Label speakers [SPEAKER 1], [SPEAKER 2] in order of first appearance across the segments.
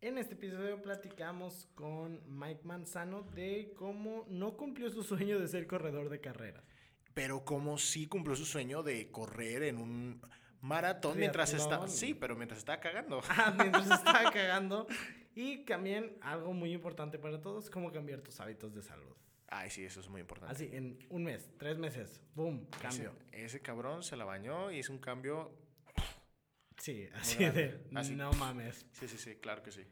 [SPEAKER 1] En este episodio platicamos con Mike Manzano de cómo no cumplió su sueño de ser corredor de carreras.
[SPEAKER 2] Pero como sí cumplió su sueño de correr en un maratón mientras está...
[SPEAKER 1] Triatlón.
[SPEAKER 2] Sí, pero mientras está cagando.
[SPEAKER 1] Ah, mientras estaba cagando. Y también algo muy importante para todos, cómo cambiar tus hábitos de salud.
[SPEAKER 2] Ay, sí, eso es muy importante.
[SPEAKER 1] Así, en un mes, tres meses, boom, cambio.
[SPEAKER 2] Ese, ese cabrón se la bañó y es un cambio.
[SPEAKER 1] Sí, así de,
[SPEAKER 2] grande. Así.
[SPEAKER 1] no mames.
[SPEAKER 2] Sí, sí, sí, claro que sí.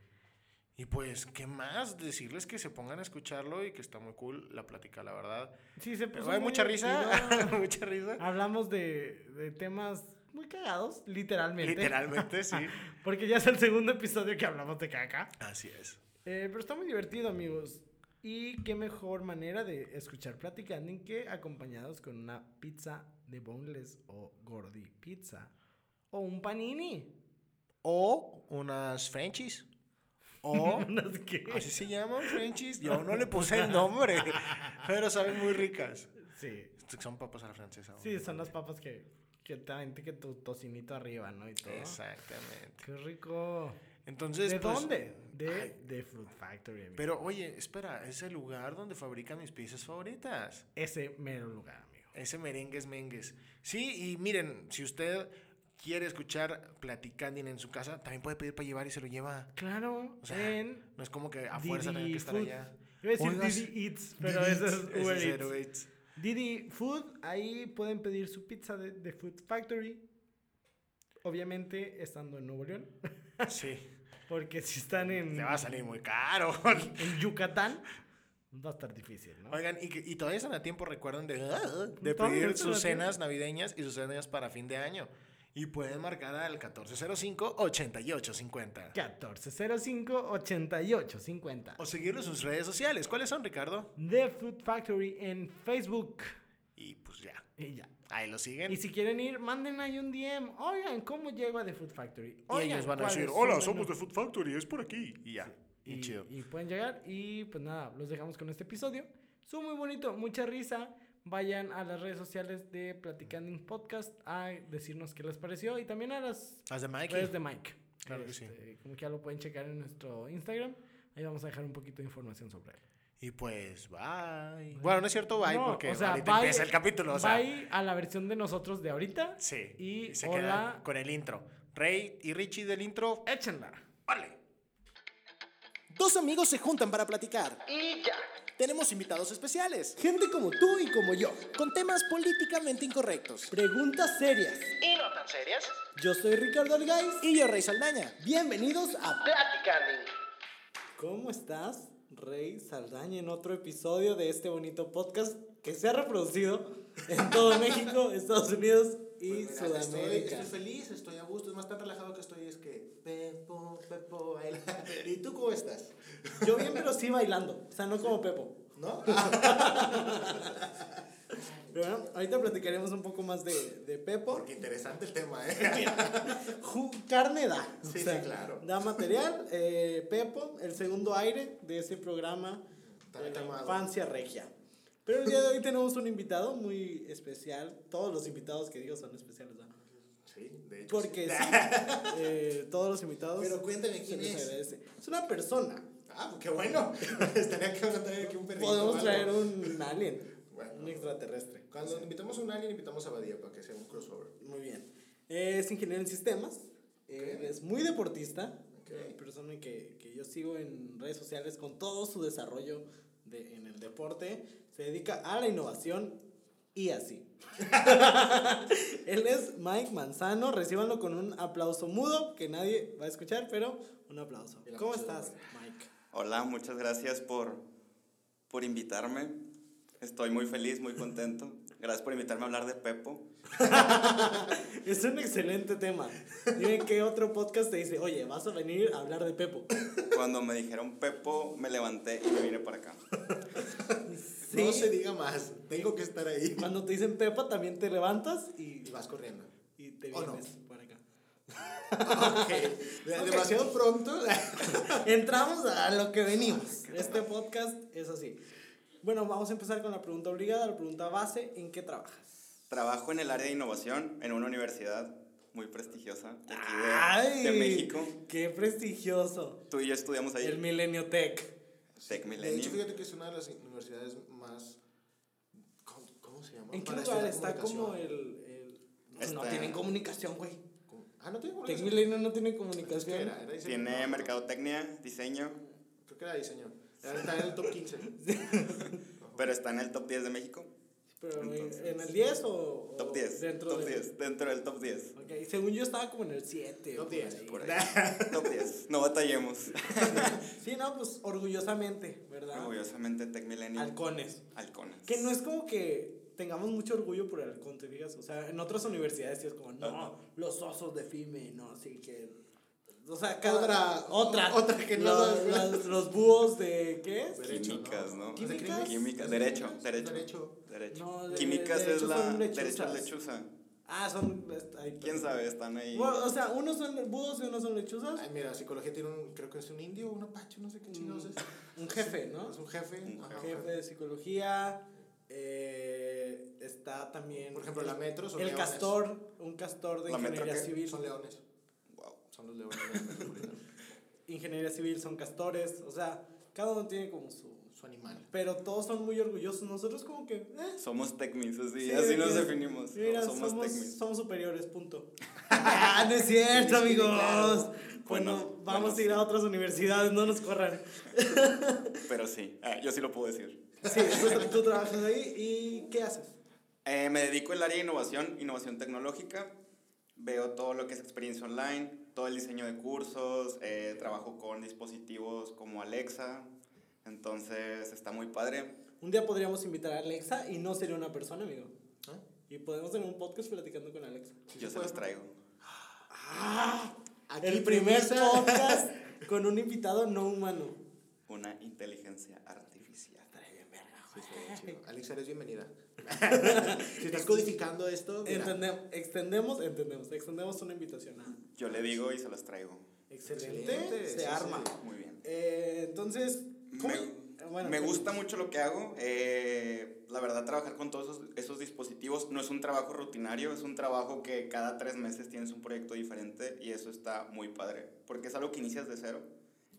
[SPEAKER 2] Y pues, ¿qué más? Decirles que se pongan a escucharlo y que está muy cool la plática, la verdad.
[SPEAKER 1] Sí, se
[SPEAKER 2] Pero
[SPEAKER 1] puso Pues
[SPEAKER 2] hay
[SPEAKER 1] muy
[SPEAKER 2] mucha risa,
[SPEAKER 1] divertido.
[SPEAKER 2] mucha risa.
[SPEAKER 1] Hablamos de, de temas muy cagados, literalmente.
[SPEAKER 2] Literalmente, sí.
[SPEAKER 1] Porque ya es el segundo episodio que hablamos de caca.
[SPEAKER 2] Así es.
[SPEAKER 1] Eh, pero está muy divertido, amigos. Y qué mejor manera de escuchar platicando que acompañados con una pizza de boneless o gordi pizza o un panini.
[SPEAKER 2] O unas Frenchies. O. Ah,
[SPEAKER 1] ¿Unas qué?
[SPEAKER 2] Así se llaman Frenchies. Yo no le puse el nombre. Pero saben muy ricas.
[SPEAKER 1] Sí.
[SPEAKER 2] Son papas a la francesa.
[SPEAKER 1] Sí, son las papas que, que te aventé que tu tocinito arriba, ¿no? Y todo.
[SPEAKER 2] Exactamente.
[SPEAKER 1] Qué rico.
[SPEAKER 2] Entonces.
[SPEAKER 1] ¿De
[SPEAKER 2] pues,
[SPEAKER 1] dónde?
[SPEAKER 2] ay,
[SPEAKER 1] De, de Fruit Factory, amigo.
[SPEAKER 2] Pero oye, espera, es el lugar donde fabrican mis pizzas favoritas.
[SPEAKER 1] Ese mero lugar, amigo.
[SPEAKER 2] Ese merengues mengues. Sí, y miren, si usted quiere escuchar platicandin en su casa, también puede pedir para llevar y se lo lleva.
[SPEAKER 1] Claro,
[SPEAKER 2] O sea,
[SPEAKER 1] en
[SPEAKER 2] no es como que a fuerza tenga que estar
[SPEAKER 1] Food.
[SPEAKER 2] allá.
[SPEAKER 1] Iba a decir
[SPEAKER 2] Oigas,
[SPEAKER 1] Didi Eats, pero
[SPEAKER 2] Didi
[SPEAKER 1] eso es
[SPEAKER 2] Eats,
[SPEAKER 1] Uber
[SPEAKER 2] ese es
[SPEAKER 1] Eats.
[SPEAKER 2] Uber Eats.
[SPEAKER 1] Didi Food, ahí pueden pedir su pizza de, de Food Factory. Obviamente estando en Nuevo León,
[SPEAKER 2] Sí,
[SPEAKER 1] porque si están en,
[SPEAKER 2] le va a salir muy caro.
[SPEAKER 1] en Yucatán, va a estar difícil, ¿no?
[SPEAKER 2] Oigan, y, que- y todavía están a tiempo, recuerden de, ah, de
[SPEAKER 1] Todavía
[SPEAKER 2] pedir
[SPEAKER 1] están a
[SPEAKER 2] sus cenas navideñas y sus cenas para fin de año. Y pueden marcar al 1405-8850.
[SPEAKER 1] 1405-8850.
[SPEAKER 2] O seguirlos en sus redes sociales. ¿Cuáles son, Ricardo?
[SPEAKER 1] The Food Factory en Facebook.
[SPEAKER 2] Y pues ya.
[SPEAKER 1] Y ya.
[SPEAKER 2] Ahí lo siguen.
[SPEAKER 1] Y
[SPEAKER 2] Y,
[SPEAKER 1] si quieren ir, manden ahí un DM. Oigan, ¿cómo llego a The Food Factory? Oigan,
[SPEAKER 2] ellos van a
[SPEAKER 1] ¿cuáles
[SPEAKER 2] decir,
[SPEAKER 1] son
[SPEAKER 2] hola,
[SPEAKER 1] los
[SPEAKER 2] somos
[SPEAKER 1] menús?"
[SPEAKER 2] de Food Factory, es por aquí. Y ya. Y,
[SPEAKER 1] Y,
[SPEAKER 2] chido.
[SPEAKER 1] y pueden llegar. Y pues nada, los dejamos con este episodio. Estuvo muy bonito, mucha risa. Vayan a las redes sociales de Platicando en Podcast a decirnos qué les pareció. Y también a las
[SPEAKER 2] Las de Mikey.
[SPEAKER 1] redes pues de Mike. Este,
[SPEAKER 2] Claro que sí.
[SPEAKER 1] Como que ya lo pueden checar en nuestro Instagram. Ahí vamos a dejar un poquito de información sobre él.
[SPEAKER 2] Y pues, bye. Bueno, no es cierto bye,
[SPEAKER 1] No,
[SPEAKER 2] porque
[SPEAKER 1] o sea,
[SPEAKER 2] ahorita
[SPEAKER 1] bye-
[SPEAKER 2] empieza el capítulo. O sea,
[SPEAKER 1] bye a la versión de nosotros de ahorita.
[SPEAKER 2] sí.
[SPEAKER 1] Y,
[SPEAKER 2] se
[SPEAKER 1] hola,
[SPEAKER 2] queda con el intro. Rey y Richie del intro.
[SPEAKER 1] échenla.
[SPEAKER 2] ¡Vale!
[SPEAKER 3] Dos amigos se juntan para platicar.
[SPEAKER 4] Y ya.
[SPEAKER 3] Tenemos invitados especiales. Gente como tú y como yo. Con temas políticamente incorrectos. Preguntas serias.
[SPEAKER 4] Y no tan serias.
[SPEAKER 3] Yo soy Ricardo Algaiz. Y yo, Rey Saldaña. Bienvenidos a...
[SPEAKER 4] Platicando.
[SPEAKER 3] ¿Cómo estás, Rey Saldaña, en otro episodio de este bonito podcast que se ha reproducido en todo México, Estados Unidos y Sudamérica?
[SPEAKER 2] feliz, estoy a gusto. Es más tan relajado que estoy. Es que. Pepo, Pepo, ¿Y tú cómo estás?
[SPEAKER 3] Yo bien, pero sí bailando. O sea, no como Pepo.
[SPEAKER 2] ¿No?
[SPEAKER 3] Pero bueno, ahorita platicaremos un poco más de, de Pepo.
[SPEAKER 2] interesante el tema, ¿eh?
[SPEAKER 3] Ju- carne da.
[SPEAKER 2] Sí, sí, claro.
[SPEAKER 3] Da material. eh, Pepo, el segundo aire de ese programa
[SPEAKER 2] Tan
[SPEAKER 3] de la
[SPEAKER 2] aclamado.
[SPEAKER 3] infancia regia. Pero el día de hoy tenemos un invitado muy especial. Todos los invitados que digo son especiales, ¿no?
[SPEAKER 2] Sí, de hecho.
[SPEAKER 3] Porque sí, eh, todos los invitados.
[SPEAKER 2] Pero cuéntame
[SPEAKER 3] se
[SPEAKER 2] quién
[SPEAKER 3] les
[SPEAKER 2] es.
[SPEAKER 3] agradece. Es una persona.
[SPEAKER 2] Ah, qué bueno. Estaría que traer aquí un perrito.
[SPEAKER 3] Podemos
[SPEAKER 2] o algo.
[SPEAKER 3] traer un alien,
[SPEAKER 2] Bueno.
[SPEAKER 3] un extraterrestre.
[SPEAKER 2] Cuando invitamos a un alien, invitamos a Badía para que sea un crossover.
[SPEAKER 3] Muy bien. Es ingeniero en sistemas. eh, Es muy deportista.
[SPEAKER 2] Ok.
[SPEAKER 3] Una persona que, que yo sigo en redes sociales con todo su desarrollo de, en el deporte. Se dedica a la innovación y así. Él es Mike Manzano. Recíbanlo con un aplauso mudo que nadie va a escuchar, pero un aplauso.
[SPEAKER 2] El
[SPEAKER 3] ¿Cómo
[SPEAKER 2] aplauso
[SPEAKER 3] estás,
[SPEAKER 2] de
[SPEAKER 3] Mike?
[SPEAKER 5] Hola, muchas gracias por, por invitarme. Estoy muy feliz, muy contento. Gracias por invitarme a hablar de Pepo.
[SPEAKER 3] Es un excelente tema. Dime qué otro podcast te dice, oye, vas a venir a hablar de Pepo.
[SPEAKER 5] Cuando me dijeron Pepo, me levanté y me vine para acá.
[SPEAKER 3] Sí.
[SPEAKER 2] No se diga más. Tengo que estar ahí.
[SPEAKER 3] Cuando te dicen Pepa, también te levantas y
[SPEAKER 2] Y vas corriendo.
[SPEAKER 3] Y te
[SPEAKER 2] ¿O no?
[SPEAKER 3] vienes por acá.
[SPEAKER 2] Ok.
[SPEAKER 3] Ok.
[SPEAKER 2] Demasiado pronto.
[SPEAKER 3] Entramos a lo que venimos. Este podcast es así. Bueno, vamos a empezar con la pregunta obligada, la pregunta base, ¿en qué trabajas?
[SPEAKER 5] Trabajo en el área de innovación en una universidad. muy prestigiosa de aquí de,
[SPEAKER 3] ¡Ay!
[SPEAKER 5] Ah, de México.
[SPEAKER 3] ¡Qué prestigioso!
[SPEAKER 5] Tú y yo estudiamos ahí.
[SPEAKER 3] El Milenio Tech.
[SPEAKER 5] Tech
[SPEAKER 2] De hecho,
[SPEAKER 5] Millennium.
[SPEAKER 2] fíjate que es una de las universidades más. ¿Cómo, cómo se llama?
[SPEAKER 3] ¿En qué
[SPEAKER 2] Para
[SPEAKER 3] lugar
[SPEAKER 2] estudiar
[SPEAKER 3] está como
[SPEAKER 2] comunicación.
[SPEAKER 3] el...? el- No, No
[SPEAKER 5] Está-
[SPEAKER 3] tienen comunicación, güey.
[SPEAKER 2] Como- Ah, no tiene
[SPEAKER 3] Tech
[SPEAKER 2] comunicación.
[SPEAKER 3] Milenio no tiene
[SPEAKER 2] Es que
[SPEAKER 3] comunicación.
[SPEAKER 2] era, era diseño.
[SPEAKER 5] Tiene
[SPEAKER 2] No,
[SPEAKER 5] mercadotecnia, diseño,
[SPEAKER 2] Creo que era diseño. Era- Está en el top 15.
[SPEAKER 5] pero está en el top 10 de México.
[SPEAKER 3] Pero, güey,
[SPEAKER 5] Entonces-
[SPEAKER 3] ¿En el 10 o...? o
[SPEAKER 5] Top 10.
[SPEAKER 3] Dentro
[SPEAKER 5] top
[SPEAKER 3] del-
[SPEAKER 5] 10. Dentro del top 10.
[SPEAKER 3] Ok, según yo estaba como en el 7.
[SPEAKER 2] Top 10,
[SPEAKER 5] Por ahí. top 10. No batallemos.
[SPEAKER 3] Sí, no, pues orgullosamente, ¿verdad?
[SPEAKER 5] Orgullosamente Tech Millennium.
[SPEAKER 3] Halcones.
[SPEAKER 5] Halcones.
[SPEAKER 3] Que no es como que tengamos mucho orgullo por el halcón, te digas. O sea, en otras universidades sí es como, no,
[SPEAKER 5] Ajá.
[SPEAKER 3] los osos de FIME, no, así que... O sea,
[SPEAKER 2] Otra-
[SPEAKER 3] otra,
[SPEAKER 2] otra que no
[SPEAKER 3] los,
[SPEAKER 2] sabe.
[SPEAKER 3] las- los búhos de, ¿qué es?
[SPEAKER 2] Derecho,
[SPEAKER 5] Químicas, ¿no?
[SPEAKER 2] ¿Es de
[SPEAKER 3] ¿Químicas?
[SPEAKER 5] Química,
[SPEAKER 2] ¿Es de
[SPEAKER 5] derecho,
[SPEAKER 2] químicas?
[SPEAKER 5] derecho.
[SPEAKER 2] Derecho.
[SPEAKER 5] Derecho.
[SPEAKER 3] No, de-
[SPEAKER 5] Químicas
[SPEAKER 3] de-
[SPEAKER 5] es
[SPEAKER 3] derecho
[SPEAKER 5] la
[SPEAKER 3] son lechuzas.
[SPEAKER 5] derecho es lechuza.
[SPEAKER 3] Ah, son... ay,
[SPEAKER 5] ¿Quién
[SPEAKER 3] perdón.
[SPEAKER 5] sabe? Están ahí.
[SPEAKER 3] Bueno, o sea, unos son búhos y unos son lechuzas.
[SPEAKER 2] Ay, mira, psicología tiene un. Creo que es un indio, un apache, no sé qué chingados es.
[SPEAKER 3] Un jefe, ¿no?
[SPEAKER 2] Es un jefe.
[SPEAKER 5] Un
[SPEAKER 2] ajá, un
[SPEAKER 3] jefe
[SPEAKER 2] jefe.
[SPEAKER 3] de psicología. eh, está también.
[SPEAKER 2] Por ejemplo, la metro son
[SPEAKER 3] El
[SPEAKER 2] leones.
[SPEAKER 3] castor, un castor de
[SPEAKER 5] ¿La metro
[SPEAKER 3] ingeniería
[SPEAKER 5] qué?
[SPEAKER 3] civil.
[SPEAKER 2] Son leones.
[SPEAKER 5] wow.
[SPEAKER 2] Son los leones. de la metropolitana.
[SPEAKER 3] Ingeniería civil son castores. O sea, cada uno tiene como su.
[SPEAKER 2] Su animal.
[SPEAKER 3] Pero todos son muy orgullosos. Nosotros, como que. eh,
[SPEAKER 5] Somos Tecmis, así,
[SPEAKER 3] sí,
[SPEAKER 5] así
[SPEAKER 3] de
[SPEAKER 5] nos
[SPEAKER 3] que-
[SPEAKER 5] definimos.
[SPEAKER 3] mira,
[SPEAKER 5] somos
[SPEAKER 3] somos,
[SPEAKER 5] Tecmis.
[SPEAKER 3] somos superiores, punto. ah, no es cierto,
[SPEAKER 2] Sí,
[SPEAKER 3] amigos.
[SPEAKER 2] claro.
[SPEAKER 3] Bueno,
[SPEAKER 5] Bueno,
[SPEAKER 3] vamos
[SPEAKER 5] bueno,
[SPEAKER 3] a ir a otras universidades, no nos corran.
[SPEAKER 5] Pero sí, ah, yo sí lo puedo decir.
[SPEAKER 3] Sí, tú, tú trabajas ahí y ¿qué haces?
[SPEAKER 5] Eh, me dedico al área de innovación, innovación tecnológica. Veo todo lo que es experiencia online, todo el diseño de cursos, eh, trabajo con dispositivos como Alexa. Entonces está muy padre.
[SPEAKER 3] Un día podríamos invitar a Alexa y no sería una persona, amigo.
[SPEAKER 2] ¿Ah?
[SPEAKER 3] Y podemos tener un podcast platicando con Alexa.
[SPEAKER 2] Sí
[SPEAKER 5] Yo
[SPEAKER 2] se
[SPEAKER 5] se los
[SPEAKER 2] puede.
[SPEAKER 5] traigo.
[SPEAKER 2] Aquí
[SPEAKER 3] El primer
[SPEAKER 2] premisa-
[SPEAKER 3] podcast con un invitado no humano.
[SPEAKER 5] Una inteligencia artificial.
[SPEAKER 2] Sí, está bien chido. Este, Alexa, eres bienvenida. si estás codificando esto, mira,
[SPEAKER 3] Entendemos, extendemos, entendemos, extendemos una invitación. Ah,
[SPEAKER 5] Yo le digo y se los traigo.
[SPEAKER 3] Excelente,
[SPEAKER 2] Excelente,
[SPEAKER 3] se
[SPEAKER 2] sí,
[SPEAKER 3] arma.
[SPEAKER 2] sí.
[SPEAKER 5] Muy bien.
[SPEAKER 3] Eh, entonces, ¿cómo-
[SPEAKER 5] Me,
[SPEAKER 3] eh, bueno,
[SPEAKER 5] me
[SPEAKER 3] ¿qué-
[SPEAKER 5] gusta mucho lo que hago. eh, la verdad, trabajar con todos esos, esos dispositivos no es un trabajo rutinario, es un trabajo que cada tres meses tienes un proyecto diferente y eso está muy padre, porque es algo que inicias de cero.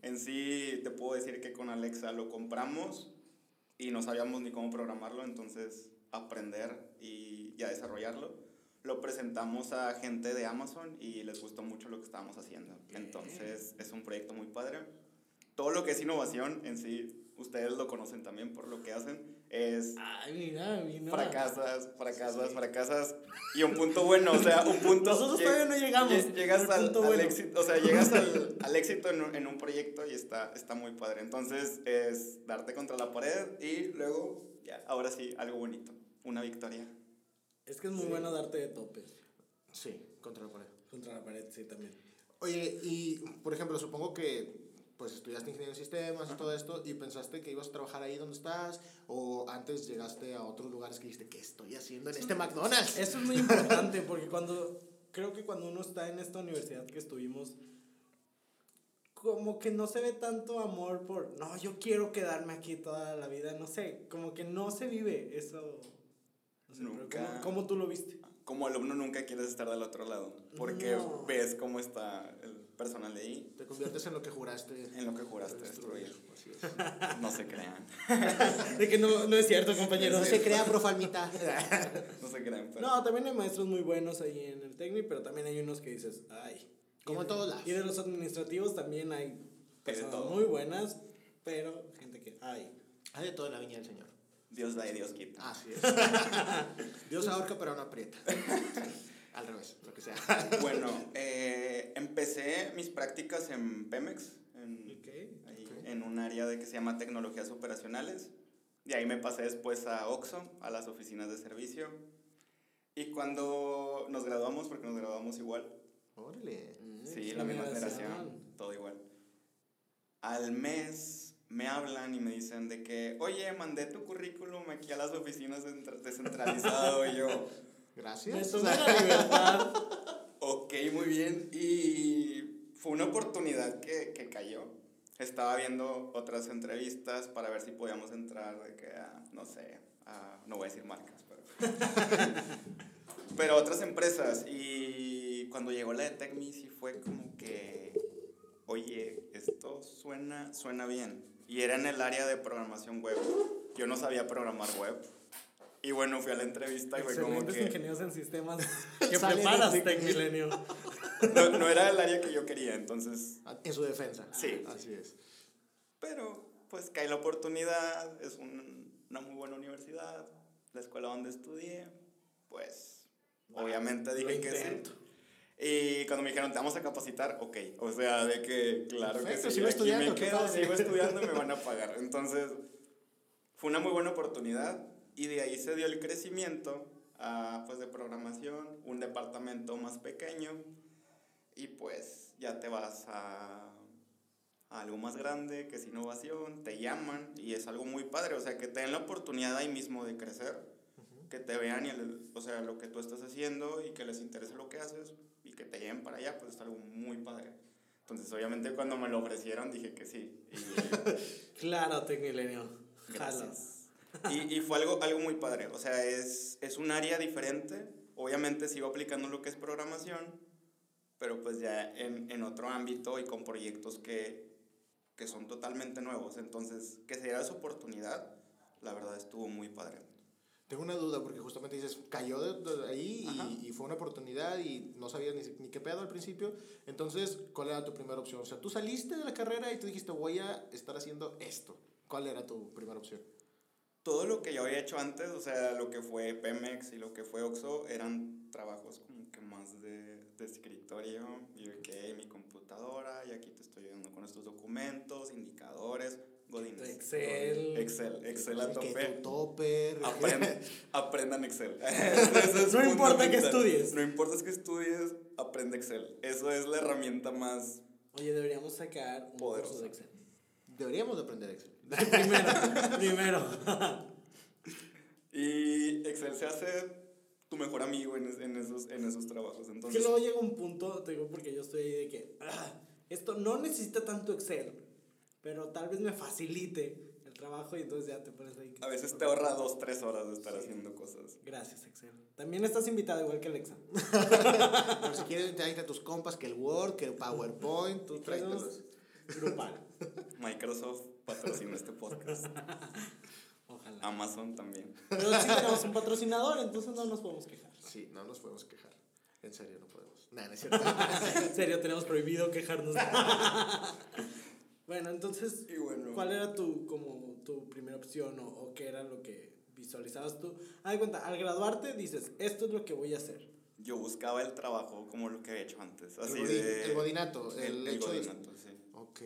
[SPEAKER 5] En sí, te puedo decir que con Alexa lo compramos y no sabíamos ni cómo programarlo, entonces aprender y ya desarrollarlo. Lo presentamos a gente de Amazon y les gustó mucho lo que estábamos haciendo. Entonces, es un proyecto muy padre todo lo que es innovación en sí, ustedes lo conocen también por lo que hacen, es
[SPEAKER 3] Ay, mira, mira.
[SPEAKER 5] fracasas, fracasas, fracasas y un punto bueno, o sea, un punto...
[SPEAKER 3] Nosotros
[SPEAKER 5] lleg-
[SPEAKER 3] todavía no llegamos
[SPEAKER 5] lleg- Llegas
[SPEAKER 3] al
[SPEAKER 5] al,
[SPEAKER 3] punto
[SPEAKER 5] al
[SPEAKER 3] bueno.
[SPEAKER 5] éxito, o sea, llegas al, al éxito en, un- en un proyecto y está, está muy padre. Entonces es darte contra la pared y luego, ya, ahora sí, algo bonito, una victoria.
[SPEAKER 3] Es que es muy bueno darte de topes.
[SPEAKER 2] Sí, contra la pared.
[SPEAKER 3] Contra la pared, sí, también.
[SPEAKER 2] Oye, y por ejemplo, supongo que pues estudiaste ingeniería en sistemas y todo esto y pensaste que ibas a trabajar ahí donde estás o antes llegaste a otros lugares que dijiste, ¿qué estoy haciendo en este McDonald's?
[SPEAKER 3] Eso es muy importante porque cuando creo que cuando uno está en esta universidad que estuvimos como que no se ve tanto amor por no, yo quiero quedarme aquí toda la vida, no sé, como que no se vive eso. No sé, pero
[SPEAKER 5] Nunca.
[SPEAKER 3] ¿cómo, cómo tú lo viste?
[SPEAKER 5] Como alumno nunca quieres estar del otro lado, porque
[SPEAKER 3] No.
[SPEAKER 5] ves cómo está el personal de ahí,
[SPEAKER 2] Te conviertes en lo que juraste. Este,
[SPEAKER 5] en lo que juraste destruir.
[SPEAKER 2] Así es.
[SPEAKER 5] No se crean.
[SPEAKER 3] De que no, no es cierto,
[SPEAKER 2] Pero
[SPEAKER 3] compañero.
[SPEAKER 2] no
[SPEAKER 5] Sí.
[SPEAKER 2] se crea, profalmita.
[SPEAKER 5] No se crean, pero...
[SPEAKER 3] No, también hay maestros muy buenos ahí en el Tecni, pero también hay unos que dices, ay.
[SPEAKER 2] Como
[SPEAKER 3] Y
[SPEAKER 2] en
[SPEAKER 3] de-
[SPEAKER 2] todos lados.
[SPEAKER 3] Y de los administrativos también hay personas
[SPEAKER 5] todo.
[SPEAKER 3] muy buenas, pero gente que, ay.
[SPEAKER 2] Hay de todo en la viña del Señor.
[SPEAKER 5] Dios da y Dios quita.
[SPEAKER 2] Así es. Dios ahorca, pero no aprieta. Al revés, lo que sea.
[SPEAKER 5] Bueno, eh, empecé mis prácticas en Pemex, en,
[SPEAKER 3] Ok.
[SPEAKER 5] ahí,
[SPEAKER 2] ok.
[SPEAKER 5] en un área de que se llama tecnologías operacionales. De ahí me pasé después a OXXO, a las oficinas de servicio. Y cuando nos graduamos, porque nos graduamos igual,
[SPEAKER 2] Órale.
[SPEAKER 5] sí, la misma generación, todo igual. Al mes me hablan y me dicen de que, oye, mandé tu currículum aquí a las oficinas centra- descentralizado y yo...
[SPEAKER 3] Me
[SPEAKER 2] Gracias.
[SPEAKER 3] tomé la libertad.
[SPEAKER 5] Ok, muy bien. Y fue una oportunidad que, que cayó. Estaba viendo otras entrevistas para ver si podíamos entrar de que a, no sé, a- no voy a decir marcas, pero... pero otras empresas. Y Y cuando llegó la de TechMe sí fue como que, oye, esto suena, suena bien. Y era en el área de programación web. Yo no sabía programar web. Y bueno, fui a la entrevista y fue como
[SPEAKER 3] Excelentes
[SPEAKER 5] que
[SPEAKER 3] ingenieros en sistemas que
[SPEAKER 2] Salen
[SPEAKER 3] preparas
[SPEAKER 2] de-
[SPEAKER 3] TecMilenio.
[SPEAKER 5] no, no era el área que yo quería, entonces...
[SPEAKER 2] Ah, En su defensa.
[SPEAKER 5] Sí.
[SPEAKER 2] Así es.
[SPEAKER 5] Pero pues cae la oportunidad, es un- una muy buena universidad, la escuela donde estudié, pues obviamente
[SPEAKER 3] lo
[SPEAKER 5] dije que
[SPEAKER 3] intento.
[SPEAKER 5] sí. Y cuando me dijeron, te vamos a capacitar, ok. O sea, de que, claro
[SPEAKER 2] Perfecto,
[SPEAKER 5] que sí,
[SPEAKER 2] sigo
[SPEAKER 5] aquí
[SPEAKER 2] estudiando,
[SPEAKER 5] me
[SPEAKER 2] qué
[SPEAKER 5] quedo,
[SPEAKER 2] padre.
[SPEAKER 5] sigo estudiando y me van a pagar. Entonces, fue una muy buena oportunidad y de ahí se dio el crecimiento a, pues, de programación, un departamento más pequeño y pues ya te vas a, a algo más grande que es innovación, te llaman y es algo muy padre, o sea, que te den la oportunidad ahí mismo de crecer, que te vean y el- o sea, lo que tú estás haciendo y que les interese lo que haces y que te lleven para allá, pues es algo muy padre. Entonces, obviamente cuando me lo ofrecieron dije que sí. y-
[SPEAKER 3] Claro, TecMilenio. Jalas.
[SPEAKER 5] Gracias. Y, y fue algo, algo muy padre. O sea, es, es un área diferente. Obviamente sigo aplicando lo que es programación, pero pues ya en, en otro ámbito y con proyectos que, que son totalmente nuevos. Entonces, que se diera esa oportunidad, la verdad estuvo muy padre.
[SPEAKER 2] Tengo una duda porque justamente dices, cayó de, de ahí
[SPEAKER 5] Ajá.
[SPEAKER 2] y, y fue una oportunidad y no sabías ni, si- ni qué pedo al principio. Entonces, ¿cuál era tu primera opción? O sea, tú saliste de la carrera y tú dijiste, voy a estar haciendo esto. ¿Cuál era tu primera opción?
[SPEAKER 5] Todo lo que yo había hecho antes, o sea, lo que fue Pemex y lo que fue Oxxo, eran trabajos como que más de, de escritorio. Y de que mi computadora, y aquí te estoy ayudando con estos documentos, indicadores, godines.
[SPEAKER 3] Excel.
[SPEAKER 5] Excel, Excel a
[SPEAKER 2] El que
[SPEAKER 5] tope.
[SPEAKER 2] tu topper.
[SPEAKER 5] Aprendan, aprendan Excel. Eso es
[SPEAKER 3] No importa que
[SPEAKER 5] fundamental.
[SPEAKER 3] estudies.
[SPEAKER 5] No importa que estudies, aprende Excel. Eso es la herramienta más.
[SPEAKER 3] Oye, deberíamos sacar un
[SPEAKER 5] Poderoso.
[SPEAKER 3] curso de Excel.
[SPEAKER 2] Deberíamos de aprender Excel.
[SPEAKER 3] Primero, primero.
[SPEAKER 5] Y Excel se hace tu mejor amigo en, es- en esos, en esos trabajos.
[SPEAKER 3] Es que
[SPEAKER 5] Entonces,
[SPEAKER 3] luego llega un punto, te digo porque yo estoy ahí de que "Ah, esto no necesita tanto Excel, pero tal vez me facilite el trabajo y entonces ya te pones ahí. que-
[SPEAKER 5] a veces te ahorra dos, tres horas de estar
[SPEAKER 3] Sí.
[SPEAKER 5] haciendo cosas.
[SPEAKER 3] Gracias, Excel. También estás invitado igual que Alexa.
[SPEAKER 2] Pero si quieres, traerte a tus compas que el Word, que el PowerPoint, tú
[SPEAKER 3] Si
[SPEAKER 2] tráetelos.
[SPEAKER 3] queremos Grupal.
[SPEAKER 5] Microsoft patrocina este podcast.
[SPEAKER 3] Ojalá.
[SPEAKER 5] Amazon también.
[SPEAKER 3] Pero sí tenemos un patrocinador, entonces no nos podemos quejar.
[SPEAKER 2] Sí, no nos podemos quejar. En serio, no podemos. Nah, no es cierto.
[SPEAKER 3] En serio, tenemos prohibido quejarnos. bueno, entonces
[SPEAKER 5] Y bueno.
[SPEAKER 3] ¿Cuál era tu, como, tu primera opción o, o qué era lo que visualizabas tú? Haz de cuenta, al graduarte dices, esto es lo que voy a hacer.
[SPEAKER 5] Yo buscaba el trabajo como lo que había hecho antes. Así
[SPEAKER 2] El godin-
[SPEAKER 5] de-
[SPEAKER 2] el godinato, el hecho de-
[SPEAKER 5] godinato, sí.
[SPEAKER 2] Ok.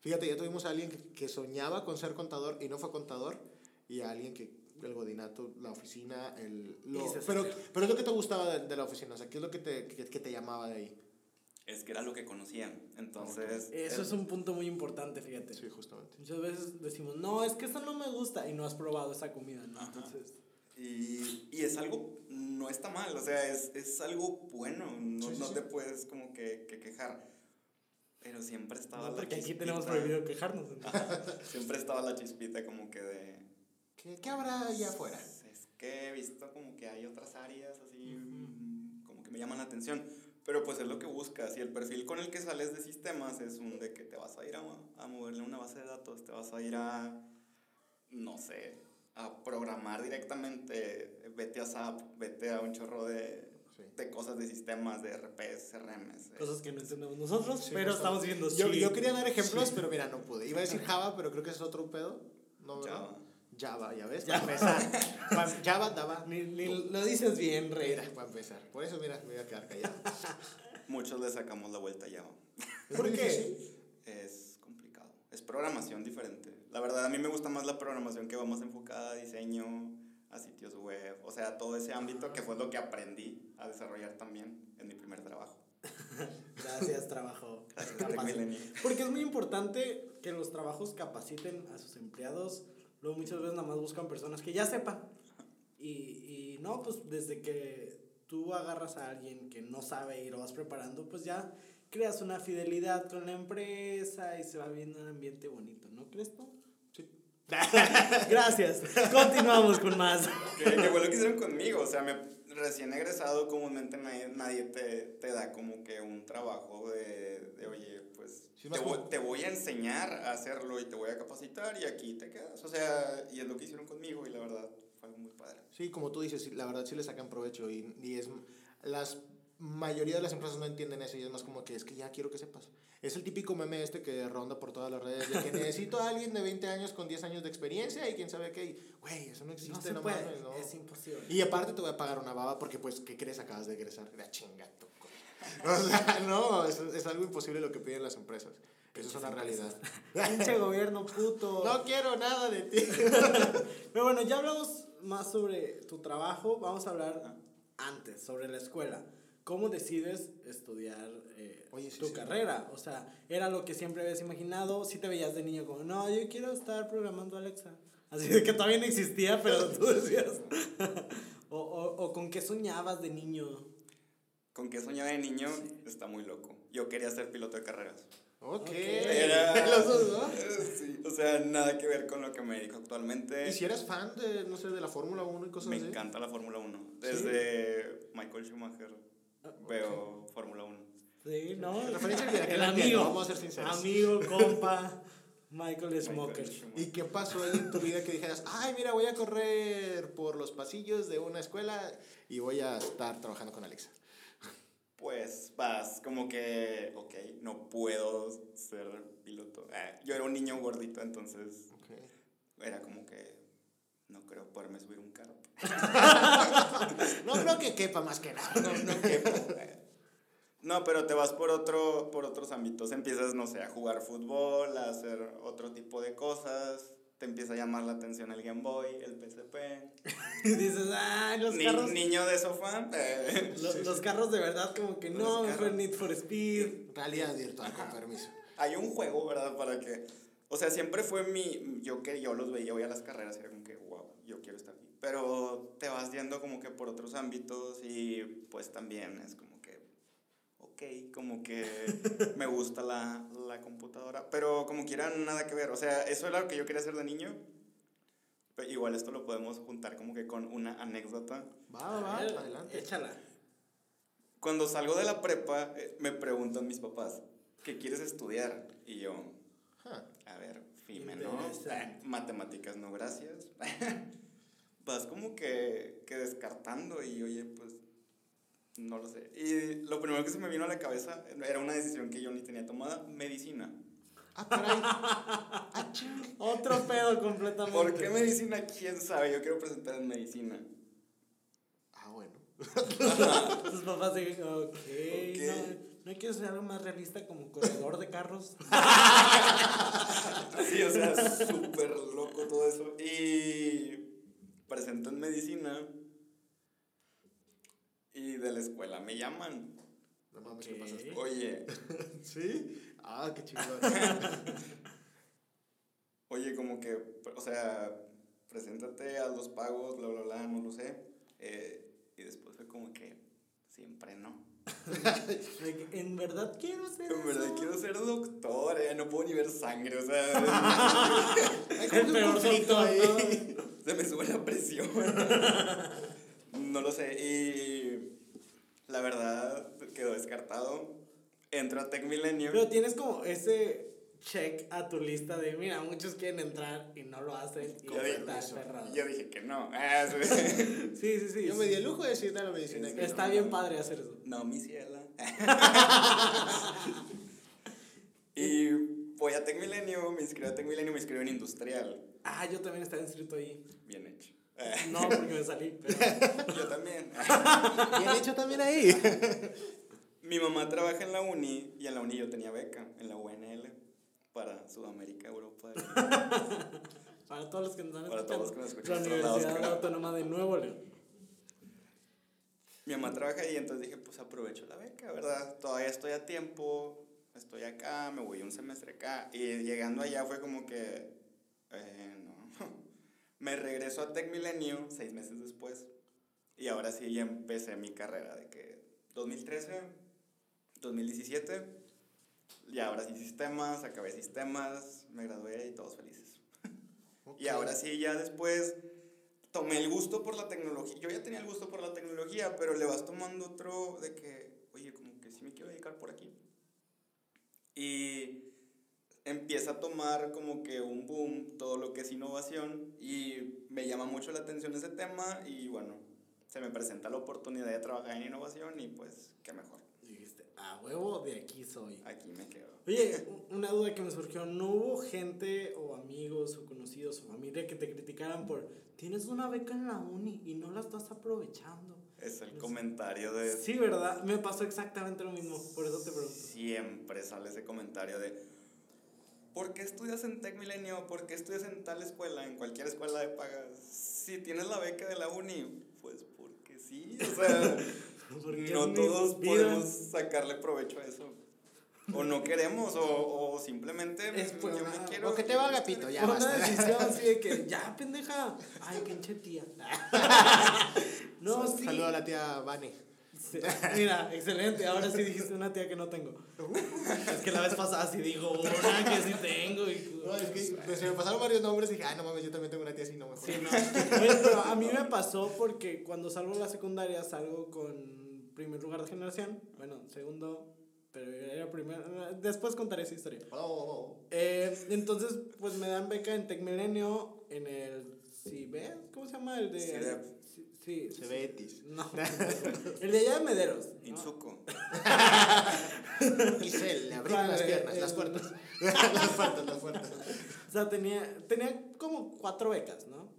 [SPEAKER 2] Fíjate, ya tuvimos a alguien que, que soñaba con ser contador y no fue contador. Y a alguien que el godinato, la oficina, el... lo-
[SPEAKER 3] Y se
[SPEAKER 2] pero,
[SPEAKER 3] salió.
[SPEAKER 2] pero es lo que te gustaba de, de la oficina. O sea, ¿qué es lo que te, que, que te llamaba de ahí?
[SPEAKER 5] Es que era lo que conocían. Entonces.
[SPEAKER 3] Eso
[SPEAKER 5] el-
[SPEAKER 3] es un punto muy importante, fíjate.
[SPEAKER 2] Sí, justamente.
[SPEAKER 3] Muchas veces decimos, no, es que esta no me gusta y no has probado esa comida, ¿no?
[SPEAKER 5] Ajá.
[SPEAKER 3] Entonces,
[SPEAKER 5] Y, y es algo, no está mal, o sea, es, es algo bueno, no,
[SPEAKER 2] Sí, sí,
[SPEAKER 5] no
[SPEAKER 2] sí.
[SPEAKER 5] te puedes como que, que quejar. Pero siempre estaba
[SPEAKER 3] no,
[SPEAKER 5] la
[SPEAKER 3] porque aquí
[SPEAKER 5] chispita.
[SPEAKER 3] tenemos prohibido quejarnos. ¿no?
[SPEAKER 5] Siempre estaba la chispita como que de...
[SPEAKER 2] ¿Qué, qué habrá allá afuera?
[SPEAKER 5] Es que he visto como que hay otras áreas así, mm, como que me llaman la atención. Pero pues es lo que buscas y el perfil con el que sales de sistemas es un de que te vas a ir a, a moverle una base de datos, te vas a ir a, no sé, a programar directamente, vete a SAP, vete a un chorro de,
[SPEAKER 2] Sí.
[SPEAKER 5] de cosas de sistemas, de RPs, CRMs. eh.
[SPEAKER 3] Cosas que no entendemos nosotros,
[SPEAKER 2] Sí,
[SPEAKER 3] pero
[SPEAKER 2] justamente.
[SPEAKER 3] estamos viendo.
[SPEAKER 2] Yo,
[SPEAKER 3] Pues sí.
[SPEAKER 2] yo quería dar ejemplos, pero mira, no pude. Iba a decir Java, pero creo que ese es otro pedo. No, ¿verdad?
[SPEAKER 5] Java.
[SPEAKER 2] Java, ya ves. Para empezar. Pa- Java daba.
[SPEAKER 3] Ni- ni lo dices bien, Rey.
[SPEAKER 2] Mira, para empezar. Por eso, mira, me voy a quedar callado.
[SPEAKER 5] Muchos le sacamos la vuelta a Java.
[SPEAKER 2] Es
[SPEAKER 3] ¿Por
[SPEAKER 2] muy
[SPEAKER 3] qué?
[SPEAKER 2] difícil.
[SPEAKER 5] Es complicado. Es programación diferente. La verdad, a mí me gusta más la programación que va más enfocada a diseño, a sitios web, o sea, todo ese ámbito que fue lo que aprendí a desarrollar también en mi primer trabajo.
[SPEAKER 3] Gracias, trabajo.
[SPEAKER 5] Tech
[SPEAKER 3] Capaz.
[SPEAKER 5] Millennium.
[SPEAKER 3] Porque es muy importante que los trabajos capaciten a sus empleados. Luego muchas veces nada más buscan personas que ya sepan. Y, y no, pues desde que tú agarras a alguien que no sabe y lo vas preparando, pues ya creas una fidelidad con la empresa y se va viendo un ambiente bonito, ¿no crees tú?
[SPEAKER 2] Sí.
[SPEAKER 3] Gracias. Continuamos con más.
[SPEAKER 5] que, que fue lo que hicieron conmigo, o sea, me, recién egresado comúnmente nadie, nadie te, te da como que un trabajo de, de, oye, pues
[SPEAKER 2] Sí, más
[SPEAKER 5] te, voy,
[SPEAKER 2] como-
[SPEAKER 5] te voy a enseñar a hacerlo y te voy a capacitar y aquí te quedas. O sea, y es lo que hicieron conmigo y la verdad fue algo muy padre.
[SPEAKER 2] Sí, como tú dices, sí, la verdad sí le sacan provecho y, y es... Las mayoría de las empresas no entienden eso y es más como que es que ya quiero que sepas. Es el típico meme este que ronda por todas las redes de que necesito a alguien de 20 años con 10 años de experiencia y quién sabe qué. y, Güey, eso no
[SPEAKER 3] No
[SPEAKER 2] existe,
[SPEAKER 3] se
[SPEAKER 2] no,
[SPEAKER 3] puede,
[SPEAKER 2] mames, no.
[SPEAKER 3] es imposible.
[SPEAKER 2] Y aparte te voy a pagar una baba porque, pues, ¿qué crees? Acabas de egresar. La chinga tu co- O sea, no, es, es algo imposible lo que piden las empresas. Eso es una realidad.
[SPEAKER 3] Pinche gobierno puto.
[SPEAKER 2] No quiero nada de ti.
[SPEAKER 3] Pero bueno, ya hablamos más sobre tu trabajo. Vamos a hablar antes, sobre la escuela. ¿Cómo decides estudiar eh,
[SPEAKER 2] Oye, sí,
[SPEAKER 3] tu
[SPEAKER 2] sí.
[SPEAKER 3] carrera? O sea, ¿era lo que siempre habías imaginado? Si te veías de niño como, no, yo quiero estar programando Alexa? Así de que todavía no existía, pero tú decías. o, o- o con qué soñabas de niño?
[SPEAKER 5] Con
[SPEAKER 2] Pues
[SPEAKER 5] que soñaba de niño está muy loco. Yo quería ser piloto de carreras.
[SPEAKER 2] Ok.
[SPEAKER 5] Era-
[SPEAKER 2] Los dos, ¿no?
[SPEAKER 5] Sí, o sea, nada que ver con lo que me dedico actualmente.
[SPEAKER 2] ¿Y si eras fan de, no sé, de la Fórmula 1 y cosas
[SPEAKER 5] Me
[SPEAKER 2] así?
[SPEAKER 5] encanta la Fórmula 1. Desde Michael Schumacher
[SPEAKER 2] Ah,
[SPEAKER 5] veo Fórmula 1.
[SPEAKER 3] Sí, ¿no?
[SPEAKER 2] Referencia de aquel
[SPEAKER 3] El
[SPEAKER 2] ambiente,
[SPEAKER 3] amigo.
[SPEAKER 2] vamos a ser sinceros.
[SPEAKER 3] Amigo, compa, Michael
[SPEAKER 5] Michael
[SPEAKER 3] Smoker.
[SPEAKER 2] ¿Y qué pasó ahí en tu vida que dijeras, ay, mira, voy a correr por los pasillos de una escuela y voy a estar trabajando con Alexa?
[SPEAKER 5] Pues vas como que, ok, no puedo ser piloto. Ah, yo era un niño gordito, entonces
[SPEAKER 2] Ok.
[SPEAKER 5] era como que no creo poderme subir un carro.
[SPEAKER 2] No creo que quepa más que nada.
[SPEAKER 5] No, no quepo. Eh, No, pero te vas por, otro, por otros ámbitos. Empiezas, no sé, a jugar fútbol, a hacer otro tipo de cosas. Te empieza a llamar la atención el Game Boy, el PSP.
[SPEAKER 3] Y dices, ah, los
[SPEAKER 5] Ni-
[SPEAKER 3] carros.
[SPEAKER 5] niño de sofá. eh.
[SPEAKER 3] Lo- Los carros de verdad, como que
[SPEAKER 5] Los
[SPEAKER 3] no, mejor
[SPEAKER 5] carros.
[SPEAKER 3] Need for Speed.
[SPEAKER 2] Realidad virtual, con permiso.
[SPEAKER 5] Hay un juego, ¿verdad? Para que. O sea, siempre fue mi. Yo que yo los veía, voy a las carreras y era como que, wow, yo quiero estar aquí. Pero te vas yendo como que por otros ámbitos y pues también es como que. Ok, como que me gusta la, la computadora. Pero como quiera, nada que ver. O sea, eso era lo que yo quería hacer de niño. Pero igual esto lo podemos juntar como que con una anécdota.
[SPEAKER 2] Va, va, Ah, va,
[SPEAKER 3] A ver,
[SPEAKER 2] adelante.
[SPEAKER 3] Échala.
[SPEAKER 5] Cuando salgo de la prepa, eh, me preguntan mis papás, ¿qué quieres estudiar? Y yo,
[SPEAKER 2] Ah,
[SPEAKER 5] A ver, Fime, ¿no?
[SPEAKER 3] Interesante.
[SPEAKER 5] Eh, Matemáticas, no, gracias. Vas como que, que descartando y oye, pues, no lo sé. Y lo primero que se me vino a la cabeza era una decisión que yo ni tenía tomada, medicina.
[SPEAKER 2] ah, caray.
[SPEAKER 3] Otro pedo completamente.
[SPEAKER 5] ¿Por qué medicina? ¿Quién sabe? Yo quiero presentar en medicina.
[SPEAKER 2] Ah, bueno.
[SPEAKER 3] Tus papás dicen, ok, No, no quiero ser algo más realista como corredor de carros.
[SPEAKER 5] Sí, o sea, súper loco todo eso. Y presento en medicina y de la escuela me llaman.
[SPEAKER 2] No mames,
[SPEAKER 3] Ok.
[SPEAKER 2] ¿qué pasaste?
[SPEAKER 5] Oye,
[SPEAKER 2] ¿Sí? Ah, qué chingón.
[SPEAKER 5] Oye, como que, o sea, preséntate a los pagos, bla, bla, bla, no lo sé. Eh, y después fue como que, siempre no.
[SPEAKER 3] De que, En verdad quiero ser.
[SPEAKER 5] En verdad
[SPEAKER 3] eso?
[SPEAKER 5] quiero ser doctor, eh, no puedo ni ver sangre, o sea,
[SPEAKER 2] Hay como
[SPEAKER 3] El
[SPEAKER 2] que un
[SPEAKER 3] peor
[SPEAKER 2] conflicto
[SPEAKER 3] doctor,
[SPEAKER 2] ahí.
[SPEAKER 3] ¿no?
[SPEAKER 5] se me sube la presión. No lo sé, y la verdad quedó descartado. Entro a Tech Millennium.
[SPEAKER 3] Pero tienes como ese check a tu lista de, mira, muchos quieren entrar y no lo hacen. Y
[SPEAKER 5] Yo dije,
[SPEAKER 3] está cerrado.
[SPEAKER 5] yo dije que no. Ah, sí.
[SPEAKER 3] Sí, sí, sí.
[SPEAKER 2] Yo me di el lujo de decirle a la medicina que
[SPEAKER 3] Está
[SPEAKER 5] no.
[SPEAKER 3] bien padre hacer eso.
[SPEAKER 5] No, mi ciela. y voy a Tech Millennium, me inscribo a Tech Millennium, me inscribo en industrial.
[SPEAKER 3] Ah, yo también estaba inscrito ahí.
[SPEAKER 5] Bien hecho.
[SPEAKER 3] No, porque me salí, pero.
[SPEAKER 5] Yo también.
[SPEAKER 2] no. Bien hecho también ahí.
[SPEAKER 5] Mi mamá trabaja en la uni y en la uni yo tenía beca, en la UNL, para Sudamérica, Europa.
[SPEAKER 3] Para todos los que nos han
[SPEAKER 5] Para todos los que nos escuchan
[SPEAKER 3] la
[SPEAKER 5] en todos lados,
[SPEAKER 3] Universidad
[SPEAKER 5] creo.
[SPEAKER 3] Autónoma de Nuevo León.
[SPEAKER 5] Mi mamá trabaja ahí, entonces dije, pues aprovecho la beca, ¿verdad? Todavía estoy a tiempo, estoy acá, me voy un semestre acá. Y llegando allá fue como que, eh, no. Me regreso a Tech Milenio seis meses después. Y ahora sí ya empecé mi carrera de que 2013, 2017, y ahora sí sistemas, acabé sistemas, me gradué y todos felices. Y ahora sí, ya después tomé el gusto por la tecnología. Yo ya tenía el gusto por la tecnología, pero le vas tomando otro de que, oye, como que sí me quiero dedicar por aquí. Y empieza a tomar como que un boom todo lo que es innovación y me llama mucho la atención ese tema y bueno, se me presenta la oportunidad de trabajar en innovación y pues qué mejor.
[SPEAKER 3] Dijiste, a huevo, de aquí soy.
[SPEAKER 5] Aquí me quedo.
[SPEAKER 3] Oye, u- una duda que me surgió, ¿no hubo gente o amigos o conocidos o familia que te criticaran por, tienes una beca en la uni y no la estás aprovechando?
[SPEAKER 5] Es el
[SPEAKER 3] Sí.
[SPEAKER 5] comentario de...
[SPEAKER 3] Sí, ¿verdad? Me pasó exactamente lo mismo, por
[SPEAKER 2] este
[SPEAKER 3] eso te pregunto.
[SPEAKER 5] Siempre sale ese comentario de ¿Por qué estudias en Tech Milenio? ¿Por qué estudias en tal escuela? En cualquier escuela de paga. Si tienes la beca de la uni, pues porque sí. O sea,
[SPEAKER 3] Porque
[SPEAKER 5] no
[SPEAKER 3] mi
[SPEAKER 5] todos
[SPEAKER 3] vida
[SPEAKER 5] podemos sacarle provecho a eso. O no queremos, o, o simplemente
[SPEAKER 3] Es por
[SPEAKER 5] yo
[SPEAKER 3] una-
[SPEAKER 5] me quiero. este
[SPEAKER 2] o que te valga pito, ya.
[SPEAKER 3] fue
[SPEAKER 2] basta.
[SPEAKER 3] una decisión así de que, ya, pendeja. Ay, pinche tía. No, sí.
[SPEAKER 2] Saludo a la tía Vane.
[SPEAKER 3] Sí, Mira, excelente. Ahora sí dijiste una tía que no tengo. Es que la vez pasada sí dijo una que sí tengo. Y...
[SPEAKER 2] No, es que pues, se me pasaron varios nombres y dije, ah, no mames, yo también tengo una tía así, no mejor.
[SPEAKER 3] Sí, no. Oye, pero a mí me pasó porque cuando salgo de la secundaria salgo con primer lugar de generación. Bueno, segundo, pero era primer. Después contaré esa historia.
[SPEAKER 2] Oh, oh, oh.
[SPEAKER 3] Eh, entonces, pues me dan beca en Tecmilenio, en el CIBE, ¿cómo se llama? El de...
[SPEAKER 5] CIDEP.
[SPEAKER 3] Sí, sí,
[SPEAKER 2] Se ve Etis.
[SPEAKER 3] No. el de allá de Mederos. ¿no?
[SPEAKER 5] Itsuko.
[SPEAKER 2] Giselle, abrir las
[SPEAKER 3] Vale,
[SPEAKER 2] piernas,
[SPEAKER 3] eh,
[SPEAKER 2] las puertas. las puertas, las puertas.
[SPEAKER 3] O sea, tenía, tenía como cuatro becas, ¿no?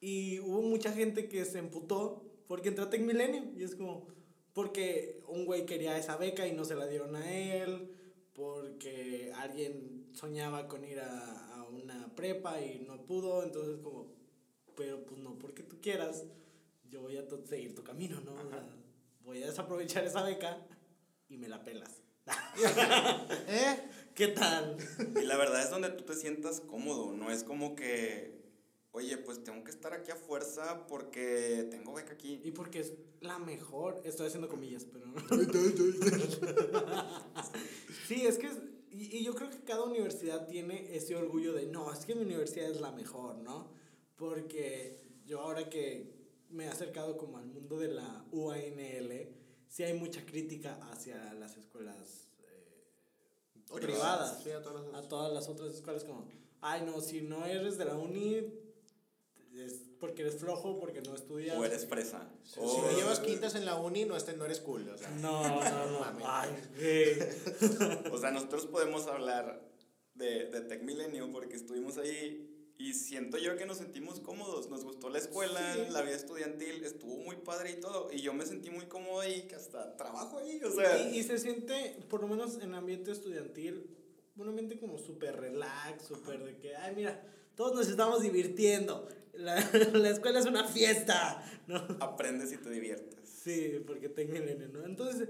[SPEAKER 3] Y hubo mucha gente que se emputó porque entró a Tecmilenio. Y es como, porque un güey quería esa beca y no se la dieron a él. Porque alguien soñaba con ir a, a una prepa y no pudo. Entonces, como, pero pues no porque tú quieras. Yo voy a to- seguir tu camino, ¿no? O sea, voy a desaprovechar esa beca y me la pelas.
[SPEAKER 2] ¿Eh?
[SPEAKER 3] ¿Qué tal?
[SPEAKER 5] Y la verdad es donde tú te sientas cómodo, no es como que, oye, pues tengo que estar aquí a fuerza porque tengo beca aquí.
[SPEAKER 3] Y porque es la mejor. Estoy haciendo comillas, pero. sí, es que. es- y, y yo creo que cada universidad tiene ese orgullo de no, es que mi universidad es la mejor, ¿no? Porque yo ahora que me he acercado como al mundo de la UANL, sí hay mucha crítica hacia las escuelas eh, privadas
[SPEAKER 2] Sí, a todas las
[SPEAKER 3] a
[SPEAKER 2] otras.
[SPEAKER 3] todas las otras escuelas como, ay no, si no eres de la uni es porque eres flojo, porque no estudias.
[SPEAKER 5] O eres presa.
[SPEAKER 2] Si
[SPEAKER 5] o-
[SPEAKER 2] no llevas quintas en la uni, no, este, no eres cool. O sea,
[SPEAKER 3] Oh. No, no, no.
[SPEAKER 2] Mames.
[SPEAKER 3] ay, güey.
[SPEAKER 5] O sea, nosotros podemos hablar de, de Tech Milenio porque estuvimos ahí y siento yo que nos sentimos cómodos. Nos gustó la escuela,
[SPEAKER 3] Sí.
[SPEAKER 5] la vida estudiantil, estuvo muy padre y todo. Y yo me sentí muy cómodo ahí, que hasta trabajo ahí. O sea,
[SPEAKER 3] Y, y se siente, por lo menos en ambiente estudiantil, un ambiente como súper relax, súper de que, ay, mira, todos nos estamos divirtiendo. La, la escuela es una fiesta, ¿no?
[SPEAKER 5] aprendes y te diviertes.
[SPEAKER 3] Sí, porque tengo el ¿no? Entonces,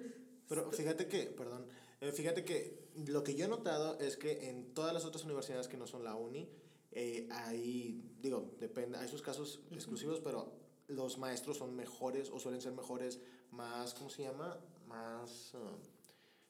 [SPEAKER 2] Pero
[SPEAKER 3] Este
[SPEAKER 2] fíjate que, perdón, eh, fíjate que lo que yo he notado es que en todas las otras universidades que no son la uni, eh, hay, digo, depende, hay sus casos exclusivos, pero los maestros son mejores o suelen ser mejores, más, ¿cómo se llama? Más ah,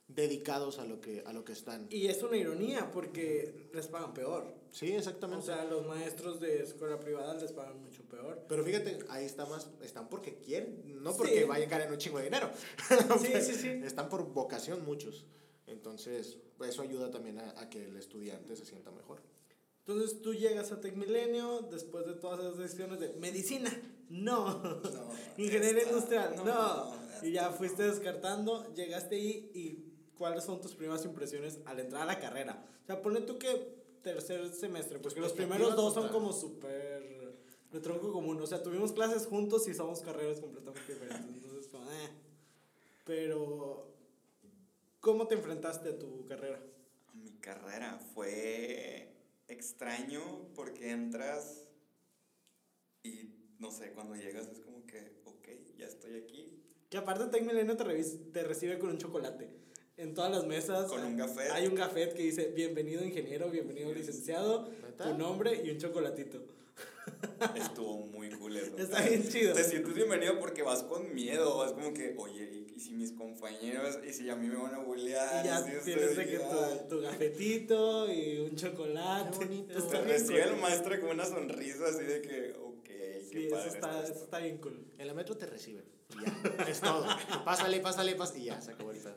[SPEAKER 2] dedicados a lo que, a lo que están.
[SPEAKER 3] y es una ironía porque les pagan peor.
[SPEAKER 2] Sí, exactamente.
[SPEAKER 3] O sea, los maestros de escuela privada les pagan mucho peor.
[SPEAKER 2] pero fíjate, ahí está más, están porque quieren, no porque
[SPEAKER 3] Sí.
[SPEAKER 2] vayan a ganar un chingo de dinero.
[SPEAKER 3] Sí, sí, sí.
[SPEAKER 2] Están por vocación muchos. Entonces, eso ayuda también a, a que el estudiante se sienta mejor.
[SPEAKER 3] Entonces tú llegas a Tecmilenio después de todas esas decisiones de medicina, no, ingeniería
[SPEAKER 5] esta,
[SPEAKER 3] industrial, no.
[SPEAKER 5] no,
[SPEAKER 3] y ya fuiste descartando, llegaste ahí y cuáles son tus primeras impresiones al entrar a la carrera. O sea, pone tú que tercer semestre, porque los primeros dos son como súper de tronco común. O sea, tuvimos clases juntos y somos carreras completamente diferentes. Entonces, como, eh. Pero, ¿cómo te enfrentaste a tu carrera?
[SPEAKER 5] Mi carrera fue extraño porque entras y no sé, cuando llegas es como que, ok, ya estoy aquí,
[SPEAKER 3] Que aparte Tech Milenio te, revis- te recibe con un chocolate. En todas las mesas.
[SPEAKER 5] Con un gafet.
[SPEAKER 3] Hay un gafet que dice, bienvenido ingeniero, bienvenido licenciado,
[SPEAKER 2] ¿Neta?
[SPEAKER 3] tu nombre y un chocolatito.
[SPEAKER 5] Estuvo muy cool eso.
[SPEAKER 3] Está bien chido.
[SPEAKER 5] Te sientes bienvenido porque vas con miedo. Vas como que, oye, ¿y, y si mis compañeros? ¿Y si a mí me van a bullear?
[SPEAKER 3] Y ya
[SPEAKER 5] ¿Y si estoy
[SPEAKER 3] tienes de que
[SPEAKER 5] ay?
[SPEAKER 3] tu, tu gafetito y un chocolate.
[SPEAKER 2] Qué bonito.
[SPEAKER 3] Está
[SPEAKER 5] Te
[SPEAKER 3] bien
[SPEAKER 5] recibe
[SPEAKER 3] cool.
[SPEAKER 5] el maestro con una sonrisa así de que, ok. qué
[SPEAKER 3] Sí, eso
[SPEAKER 5] padre
[SPEAKER 3] está,
[SPEAKER 5] esto.
[SPEAKER 3] eso está bien cool.
[SPEAKER 2] En la metro te reciben. y Ya, es todo. Pásale, pásale, pásale. Y ya, se acabó el pedo.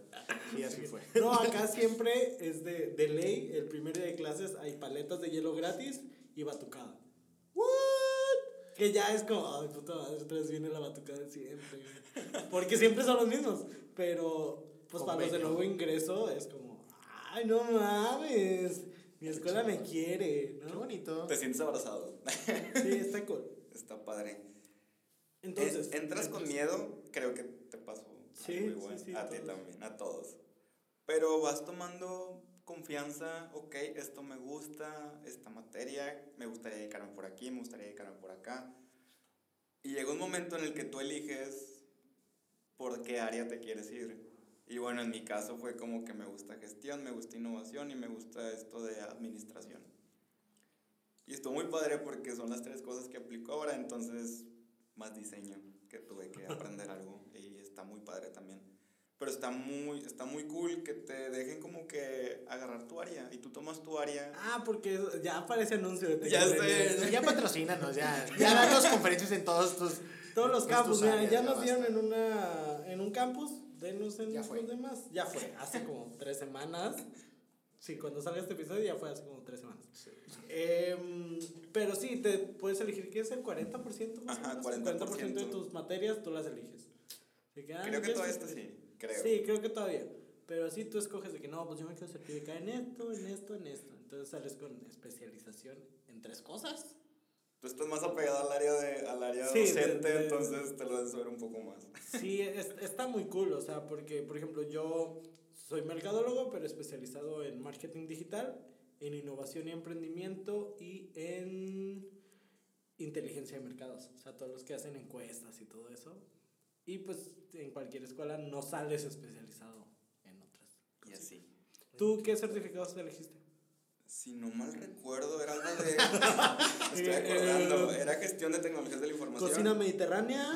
[SPEAKER 2] Y así fue.
[SPEAKER 3] No, acá siempre es de, de ley, el primer día de clases hay paletas de hielo gratis y batucada. ¿What? Que ya es como, ay, puta madre, otra vez viene la batucada de siempre. Porque siempre son los mismos. Pero, pues para los de
[SPEAKER 2] Convenio.
[SPEAKER 3] nuevo ingreso es como, ay, no mames, mi escuela me
[SPEAKER 2] chido.
[SPEAKER 3] quiere,
[SPEAKER 2] Qué
[SPEAKER 3] ¿no?
[SPEAKER 2] bonito.
[SPEAKER 5] Te sientes abrazado.
[SPEAKER 3] Sí, está cool.
[SPEAKER 5] Está padre.
[SPEAKER 3] Entonces.
[SPEAKER 5] En- Eh, entras con miedo, creo que te pasó.
[SPEAKER 3] Sí,
[SPEAKER 5] algo
[SPEAKER 3] sí,
[SPEAKER 5] igual.
[SPEAKER 3] sí,
[SPEAKER 5] A
[SPEAKER 3] a
[SPEAKER 5] ti
[SPEAKER 3] todos.
[SPEAKER 5] también, a todos. Pero vas tomando confianza, ok, esto me gusta, esta materia, me gustaría dedicarme por aquí, me gustaría dedicarme por acá. Y llega un momento en el que tú eliges por qué área te quieres ir. Y bueno, en mi caso fue como que me gusta gestión, me gusta innovación y me gusta esto de administración. Y estuvo muy padre porque son las tres cosas que aplico ahora, entonces más diseño, que tuve que aprender algo y está muy padre también. Pero está muy, está muy cool que te dejen como que agarrar tu área y tú tomas tu área.
[SPEAKER 3] Ah, porque ya aparece anuncio de
[SPEAKER 5] Ya
[SPEAKER 3] Tecnomedia.
[SPEAKER 5] sé.
[SPEAKER 2] Pues Ya patrocínanos, ya. Ya danos conferencias en todos tus.
[SPEAKER 3] Todos los
[SPEAKER 2] en
[SPEAKER 3] campus,
[SPEAKER 2] tus
[SPEAKER 3] mira,
[SPEAKER 2] áreas,
[SPEAKER 3] ya nos
[SPEAKER 2] basta.
[SPEAKER 3] dieron en una en un campus, denos en
[SPEAKER 2] Ya
[SPEAKER 3] los
[SPEAKER 2] fue.
[SPEAKER 3] demás. Ya fue, hace como tres semanas. Sí, cuando salga este episodio ya fue hace como tres semanas. Em, pero sí, te puedes elegir que es el 40%, más o
[SPEAKER 5] Ajá,
[SPEAKER 3] menos,
[SPEAKER 5] 40%.
[SPEAKER 3] 50% de tus materias, tú las eliges. Así ah,
[SPEAKER 5] Creo que
[SPEAKER 3] ¿quieres
[SPEAKER 5] todo
[SPEAKER 3] que
[SPEAKER 5] esto
[SPEAKER 3] te-
[SPEAKER 5] sí, creo.
[SPEAKER 3] Sí, creo que todavía. Pero sí tú escoges de que no, pues yo me quiero certificar en esto, en esto, en esto. Entonces sales con especialización en tres cosas.
[SPEAKER 5] Tú estás más apegado al área, de, al área
[SPEAKER 3] Sí, de-
[SPEAKER 5] docente,
[SPEAKER 3] de-
[SPEAKER 5] entonces te lo deben saber un poco más.
[SPEAKER 3] Sí, es- está muy cool, o sea, porque, por ejemplo, yo soy mercadólogo, pero especializado en marketing digital, en innovación y emprendimiento y en inteligencia de mercados, o sea, todos los que hacen encuestas y todo eso. Y pues en cualquier escuela no sales especializado en otras.
[SPEAKER 5] Y así.
[SPEAKER 3] ¿Tú qué certificados te elegiste?
[SPEAKER 5] Si no mal recuerdo, era algo de... me estoy acordando. Era gestión de tecnologías de la información.
[SPEAKER 3] Cocina mediterránea.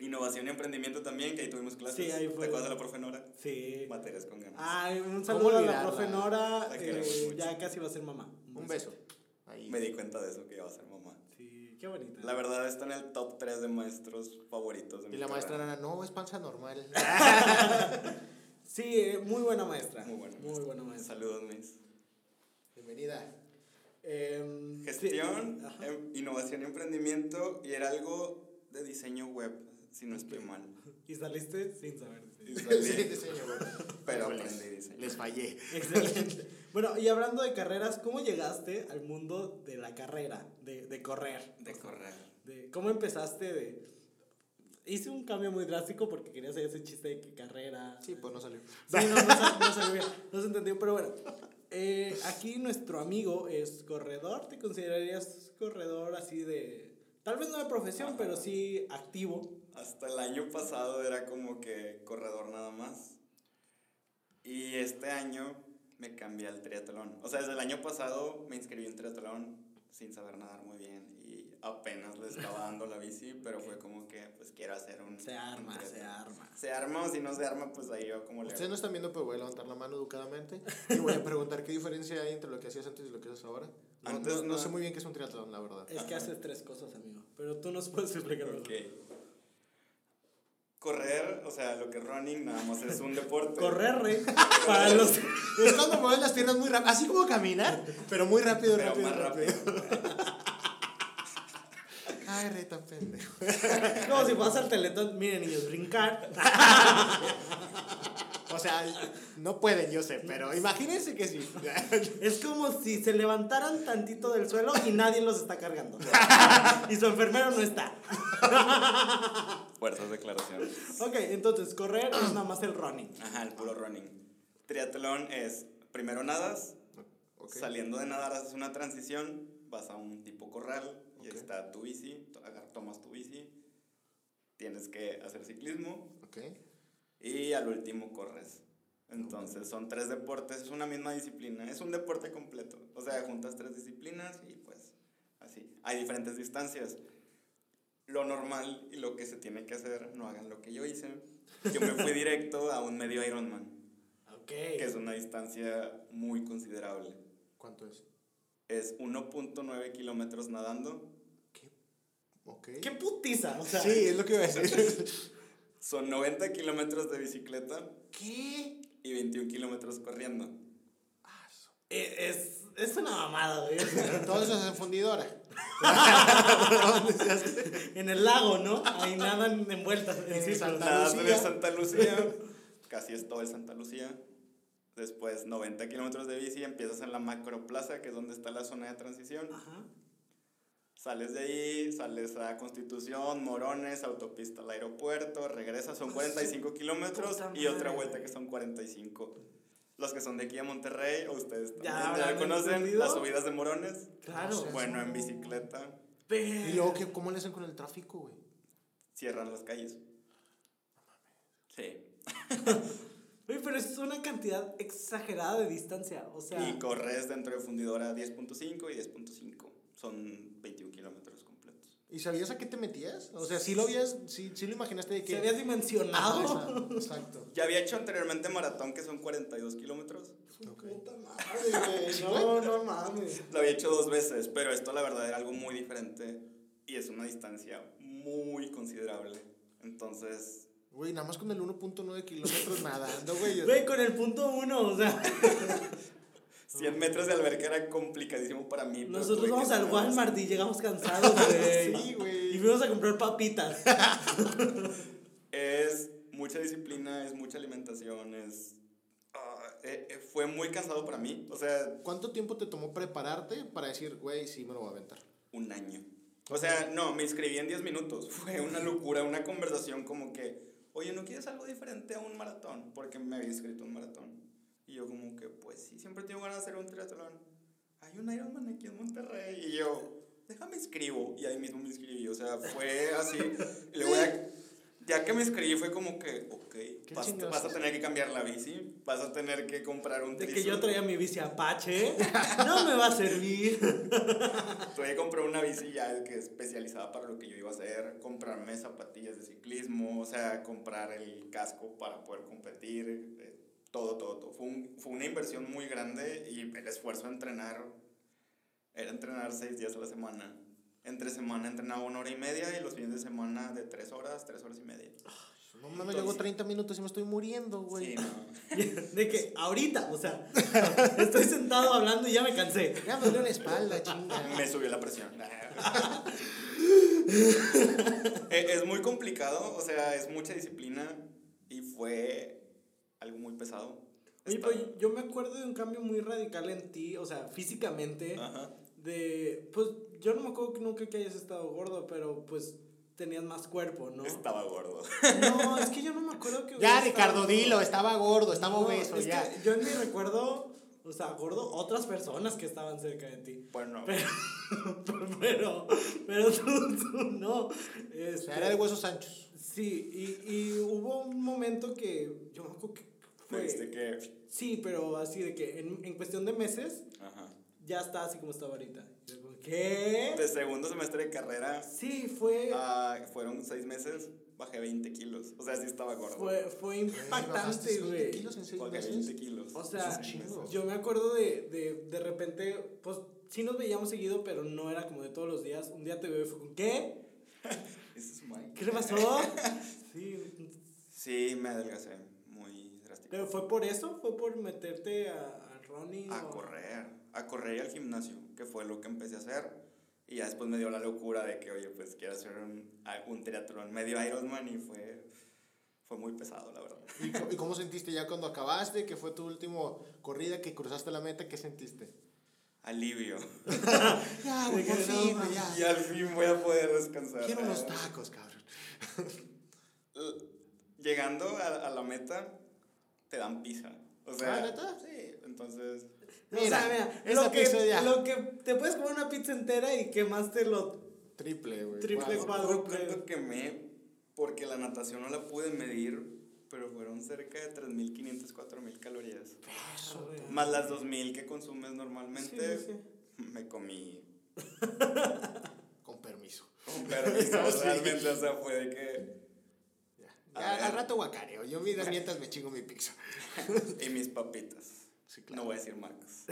[SPEAKER 5] Innovación y emprendimiento también, que ahí tuvimos clases.
[SPEAKER 3] Sí, ahí
[SPEAKER 5] ¿Te
[SPEAKER 3] fue.
[SPEAKER 5] acuerdas de la profe Nora?
[SPEAKER 3] Sí.
[SPEAKER 5] Materias con ganas.
[SPEAKER 2] Ah.
[SPEAKER 3] Ay, un
[SPEAKER 2] ¿Cómo
[SPEAKER 3] saludo a la
[SPEAKER 2] olvidarla?
[SPEAKER 3] profe Nora.
[SPEAKER 5] La
[SPEAKER 3] eh,
[SPEAKER 5] queremos mucho.
[SPEAKER 3] ya casi va a ser mamá.
[SPEAKER 2] Un beso. Ahí.
[SPEAKER 5] Me di cuenta de eso, que iba a ser mamá.
[SPEAKER 3] Sí, qué bonita.
[SPEAKER 5] La verdad está en el top 3 de maestros favoritos. de
[SPEAKER 2] Y
[SPEAKER 5] mi
[SPEAKER 2] la maestra
[SPEAKER 5] carrera.
[SPEAKER 2] Nana, no, es panza normal.
[SPEAKER 3] Sí, eh, muy buena maestra.
[SPEAKER 5] Muy buena
[SPEAKER 3] Muy buena maestra.
[SPEAKER 5] Saludos, Miss.
[SPEAKER 2] Bienvenida.
[SPEAKER 3] Em,
[SPEAKER 5] Gestión,
[SPEAKER 3] sí, ajá.
[SPEAKER 5] em, innovación y emprendimiento, y era algo de diseño web, si no estoy mal.
[SPEAKER 3] Y saliste sin saber.
[SPEAKER 5] Y
[SPEAKER 2] Sí,
[SPEAKER 5] salí,
[SPEAKER 2] diseño, güey.
[SPEAKER 5] Pues pero
[SPEAKER 2] Híjoles,
[SPEAKER 5] aprendí diseño.
[SPEAKER 2] Les fallé.
[SPEAKER 3] Excelente. bueno, y hablando de carreras, ¿cómo llegaste al mundo de la carrera, de, de correr?
[SPEAKER 5] De
[SPEAKER 3] O sea,
[SPEAKER 5] correr.
[SPEAKER 3] de- ¿Cómo empezaste de...? Hice un cambio muy drástico porque quería hacer ese chiste de que carrera.
[SPEAKER 2] Sí, pues no salió.
[SPEAKER 3] Sí, no, no, sal- no salió bien, no se entendió, pero bueno. Eh, aquí nuestro amigo es corredor. ¿Te considerarías corredor así de.? Tal vez no de profesión,
[SPEAKER 5] Ajá.
[SPEAKER 3] pero sí activo.
[SPEAKER 5] Hasta el año pasado era como que corredor nada más. Y este año me cambié al triatlón. O sea, desde el año pasado me inscribí en triatlón sin saber nadar muy bien y apenas le estaba dando la bici, pero fue como que pues quiero hacer un...
[SPEAKER 3] Se
[SPEAKER 5] un
[SPEAKER 3] arma,
[SPEAKER 5] triatlón.
[SPEAKER 3] se arma.
[SPEAKER 5] Se arma o si no se arma, pues ahí yo como le...
[SPEAKER 2] Ustedes no están viendo, pero voy a levantar la mano educadamente y voy a preguntar qué diferencia hay entre lo que hacías antes y lo que haces ahora. No,
[SPEAKER 5] Antes
[SPEAKER 2] no- no
[SPEAKER 5] no. Eh.
[SPEAKER 2] sé muy bien qué es un triatlón, la verdad.
[SPEAKER 3] Es que haces tres cosas, amigo. Pero tú nos puedes explicar mejor.
[SPEAKER 5] Ok. Correr, o sea, lo que es running nada más es un deporte.
[SPEAKER 3] Correr, rey. para los.
[SPEAKER 2] Es cuando mueves las piernas muy rápido, así como caminar, pero muy rápido,
[SPEAKER 5] Pero
[SPEAKER 2] rápido,
[SPEAKER 5] más
[SPEAKER 2] rápido.
[SPEAKER 5] rápido.
[SPEAKER 2] Ay, re tan pendejo.
[SPEAKER 3] Como si vas al teletón. Miren, niños, brincar.
[SPEAKER 2] O sea, no pueden, yo sé, pero imagínense que sí.
[SPEAKER 3] Es como si se levantaran tantito del suelo y nadie los está cargando. y su enfermero no está.
[SPEAKER 5] Fuerzas declaraciones.
[SPEAKER 3] Ok, entonces correr es nada más el running.
[SPEAKER 5] Ajá, el puro running. Triatlón es primero nadas,
[SPEAKER 2] Ok.
[SPEAKER 5] saliendo de nadar haces una transición, vas a un tipo corral y
[SPEAKER 2] Ok.
[SPEAKER 5] ahí está tu bici, to- agar- tomas tu bici, tienes que hacer ciclismo
[SPEAKER 2] Ok.
[SPEAKER 5] y al último corres. Entonces son tres deportes, es una misma disciplina, es un deporte completo. O sea, juntas tres disciplinas y pues así. Hay diferentes distancias. Lo normal y lo que se tiene que hacer, no hagan lo que yo hice. Yo me fui directo a un medio Ironman
[SPEAKER 3] Ok.
[SPEAKER 5] que es una distancia muy considerable.
[SPEAKER 2] ¿Cuánto es?
[SPEAKER 5] Es 1.9 kilómetros nadando
[SPEAKER 2] Ok.
[SPEAKER 3] ¡Qué putiza! O sea,
[SPEAKER 2] Sí, es lo que iba a decir.
[SPEAKER 5] Son 90 kilómetros de bicicleta
[SPEAKER 2] ¿Qué?
[SPEAKER 5] y 21 kilómetros corriendo.
[SPEAKER 3] e- es, es una mamada, güey.
[SPEAKER 2] Todo eso es en fundidora.
[SPEAKER 3] en el lago, ¿no? Ahí nadan envueltas. insisto.
[SPEAKER 2] Santa
[SPEAKER 5] Nada
[SPEAKER 2] Lucía.
[SPEAKER 5] de Santa Lucía. Casi es todo el Santa Lucía. Después 90 kilómetros de bici, empiezas en la Macroplaza, que es donde está la zona de transición.
[SPEAKER 3] Ajá.
[SPEAKER 5] Sales de ahí, sales a Constitución, Morones, autopista al aeropuerto, regresas, son 45 kilómetros
[SPEAKER 3] Ah, puta
[SPEAKER 5] y otra
[SPEAKER 3] madre.
[SPEAKER 5] vuelta que son 45. Los que son de aquí a Monterrey, o ustedes
[SPEAKER 3] Ya
[SPEAKER 5] también ya,
[SPEAKER 3] habrán
[SPEAKER 5] conocen
[SPEAKER 3] entendido.
[SPEAKER 5] las subidas de Morones.
[SPEAKER 3] Claro.
[SPEAKER 2] No sé.
[SPEAKER 5] Bueno, en bicicleta
[SPEAKER 2] ¿Y luego ¿qué- cómo le hacen con el tráfico, güey?
[SPEAKER 5] cierran las calles. Sí.
[SPEAKER 3] Oye, pero es una cantidad exagerada de distancia. O sea,
[SPEAKER 5] Y corres dentro de fundidora 10.5 y 10.5. Son 21 kilómetros completos.
[SPEAKER 2] ¿Y sabías a qué te metías? O sea, sí lo habías, sí, sí lo imaginaste de que...
[SPEAKER 3] se había
[SPEAKER 2] Ajá,
[SPEAKER 3] dimensionado.
[SPEAKER 2] exacto, Exacto.
[SPEAKER 5] Ya había hecho anteriormente maratón, que son 42 kilómetros.
[SPEAKER 2] Ok.
[SPEAKER 3] madre, güey. No, no mames.
[SPEAKER 5] Lo había hecho dos veces, pero esto la verdad era algo muy diferente y es una distancia muy considerable. Entonces,
[SPEAKER 2] Güey, nada más con el 1.9 kilómetros nadando, güey. yo-
[SPEAKER 3] Güey, con el punto uno, o sea,
[SPEAKER 5] 100 metros de alberca era complicadísimo para mí. pero tuve
[SPEAKER 3] nosotros
[SPEAKER 5] que
[SPEAKER 3] vamos al
[SPEAKER 5] hacer-
[SPEAKER 3] Walmart y llegamos cansados, güey.
[SPEAKER 2] Sí, güey.
[SPEAKER 3] Y fuimos a comprar papitas.
[SPEAKER 5] Es mucha disciplina, es mucha alimentación, es... ah, eh, eh, fue muy cansado para mí, o sea,
[SPEAKER 2] ¿Cuánto tiempo te tomó prepararte para decir, güey, sí me lo voy a aventar?
[SPEAKER 5] un año. O sea, no, me inscribí en 10 minutos. Fue una locura, una conversación como que, oye, ¿no quieres algo diferente a un maratón? Porque me había inscrito a un maratón. Y yo como que, pues sí, siempre tengo ganas de hacer un triatlón. Hay un Ironman aquí en Monterrey. Y yo, déjame inscribo. Y ahí mismo me inscribí. O sea, fue así. Y luego ya, ya que me inscribí fue como que, ok, vas,
[SPEAKER 2] chingados
[SPEAKER 5] vas a
[SPEAKER 2] es?
[SPEAKER 5] tener que cambiar la bici. Vas a tener que comprar un
[SPEAKER 3] De que
[SPEAKER 5] trisuit.
[SPEAKER 3] yo traía mi bici Apache, no me va a servir.
[SPEAKER 5] Todavía compré una bici ya que especializada para lo que yo iba a hacer, comprarme zapatillas de ciclismo, o sea, comprar el casco para poder competir, eh, todo, todo, todo. Fue, un- fue una inversión muy grande y el esfuerzo de entrenar era entrenar seis días a la semana. Entre semana entrenaba una hora y media y los fines de semana de tres horas, tres horas y media.
[SPEAKER 2] No mames, llevo 30 minutos y me estoy muriendo, güey.
[SPEAKER 5] Sí, no.
[SPEAKER 3] De que ahorita, o sea, estoy sentado hablando y ya me cansé.
[SPEAKER 2] Ya me duele la espalda, chinga.
[SPEAKER 5] Me subió la presión. Eh, es muy complicado, o sea, es mucha disciplina y fue algo muy pesado.
[SPEAKER 3] Oye,
[SPEAKER 5] Está-
[SPEAKER 3] pues yo me acuerdo de un cambio muy radical en ti, o sea, físicamente.
[SPEAKER 5] Ajá.
[SPEAKER 3] De, pues yo no me acuerdo que nunca que hayas estado gordo, pero pues tenías más cuerpo, ¿no?
[SPEAKER 5] Estaba gordo.
[SPEAKER 3] No, es que yo no me acuerdo que.
[SPEAKER 2] Ya,
[SPEAKER 3] hubiera
[SPEAKER 2] Ricardo,
[SPEAKER 3] estado-
[SPEAKER 2] dilo, estaba gordo, estaba
[SPEAKER 3] No,
[SPEAKER 2] obeso,
[SPEAKER 3] es
[SPEAKER 2] ya.
[SPEAKER 3] que yo en mi recuerdo, o sea, gordo, otras personas que estaban cerca de ti.
[SPEAKER 5] Bueno,
[SPEAKER 3] Pero, pero, pero tú, tú no.
[SPEAKER 2] O
[SPEAKER 3] Este,
[SPEAKER 2] sea, era de huesos anchos.
[SPEAKER 3] Sí, y, y hubo un momento que yo me acuerdo que
[SPEAKER 5] me
[SPEAKER 3] fue-
[SPEAKER 5] viste que.
[SPEAKER 3] Sí, pero así de que en, en cuestión de meses
[SPEAKER 5] Ajá.
[SPEAKER 3] ya está así como estaba ahorita. Y yo como, ¿Qué?
[SPEAKER 5] De segundo semestre de carrera,
[SPEAKER 3] Sí, fue,
[SPEAKER 5] ah, fueron seis meses, bajé 20 kilos. O sea, sí estaba gordo.
[SPEAKER 3] fue, fue
[SPEAKER 2] Bajaste
[SPEAKER 3] impactante,
[SPEAKER 2] 20
[SPEAKER 3] güey.
[SPEAKER 2] kilos en seis
[SPEAKER 5] Bajé
[SPEAKER 2] meses?
[SPEAKER 5] 20 kilos.
[SPEAKER 3] O sea,
[SPEAKER 2] un chingo.
[SPEAKER 3] yo me acuerdo de, de, de repente, pues sí nos veíamos seguido, pero no era como de todos los días. Un día te veo y fue como, ¿qué?
[SPEAKER 5] Ese es Mike.
[SPEAKER 3] ¿Qué le pasó? sí,
[SPEAKER 5] Sí, me adelgacé muy
[SPEAKER 3] pero
[SPEAKER 5] drásticamente.
[SPEAKER 3] fue por eso, fue por meterte a, a Ronnie.
[SPEAKER 5] A
[SPEAKER 3] o-
[SPEAKER 5] correr, a correr y al gimnasio, que fue lo que empecé a hacer. Y ya después me dio la locura de que, oye, pues quiero hacer un, a- un triatlón medio Ironman y fue, fue muy pesado, la verdad.
[SPEAKER 2] ¿Y, co- y cómo sentiste ya cuando acabaste? Que fue tu último corrida que cruzaste la meta? ¿Qué sentiste?
[SPEAKER 5] Alivio.
[SPEAKER 2] Ya,
[SPEAKER 3] güey,
[SPEAKER 2] güey,
[SPEAKER 3] por
[SPEAKER 2] por
[SPEAKER 3] fin,
[SPEAKER 2] fin,
[SPEAKER 3] güey,
[SPEAKER 2] ya.
[SPEAKER 5] Y al fin voy a poder descansar.
[SPEAKER 2] Quiero unos tacos, cabrón.
[SPEAKER 5] L- Llegando a, a la meta, te dan pizza. O sea,
[SPEAKER 2] Ah, ¿neta?
[SPEAKER 5] Sí, entonces...
[SPEAKER 3] o sea,
[SPEAKER 2] Mira,
[SPEAKER 3] mira,
[SPEAKER 2] esa
[SPEAKER 3] lo que,
[SPEAKER 2] pizza ya.
[SPEAKER 3] lo que te puedes comer una pizza entera y quemaste lo
[SPEAKER 2] Triple, güey.
[SPEAKER 3] Triple,
[SPEAKER 2] Wow.
[SPEAKER 3] guau.
[SPEAKER 5] Yo
[SPEAKER 3] Cuádruple.
[SPEAKER 5] cuento que me... Porque la natación no la pude medir, pero fueron cerca de 3.500, 4.000 calorías. Más las 2000 que consumes normalmente,
[SPEAKER 3] Sí, sí.
[SPEAKER 5] me comí.
[SPEAKER 2] Con permiso.
[SPEAKER 5] Con permiso,
[SPEAKER 2] Sí.
[SPEAKER 5] realmente, o sea, fue de que.
[SPEAKER 2] Ya.
[SPEAKER 5] A
[SPEAKER 2] Ya,
[SPEAKER 5] ver.
[SPEAKER 2] al rato guacareo. Yo mira, mientras me chingo mi pizza.
[SPEAKER 5] Y mis papitas.
[SPEAKER 2] Sí, claro.
[SPEAKER 5] No voy a decir marcas.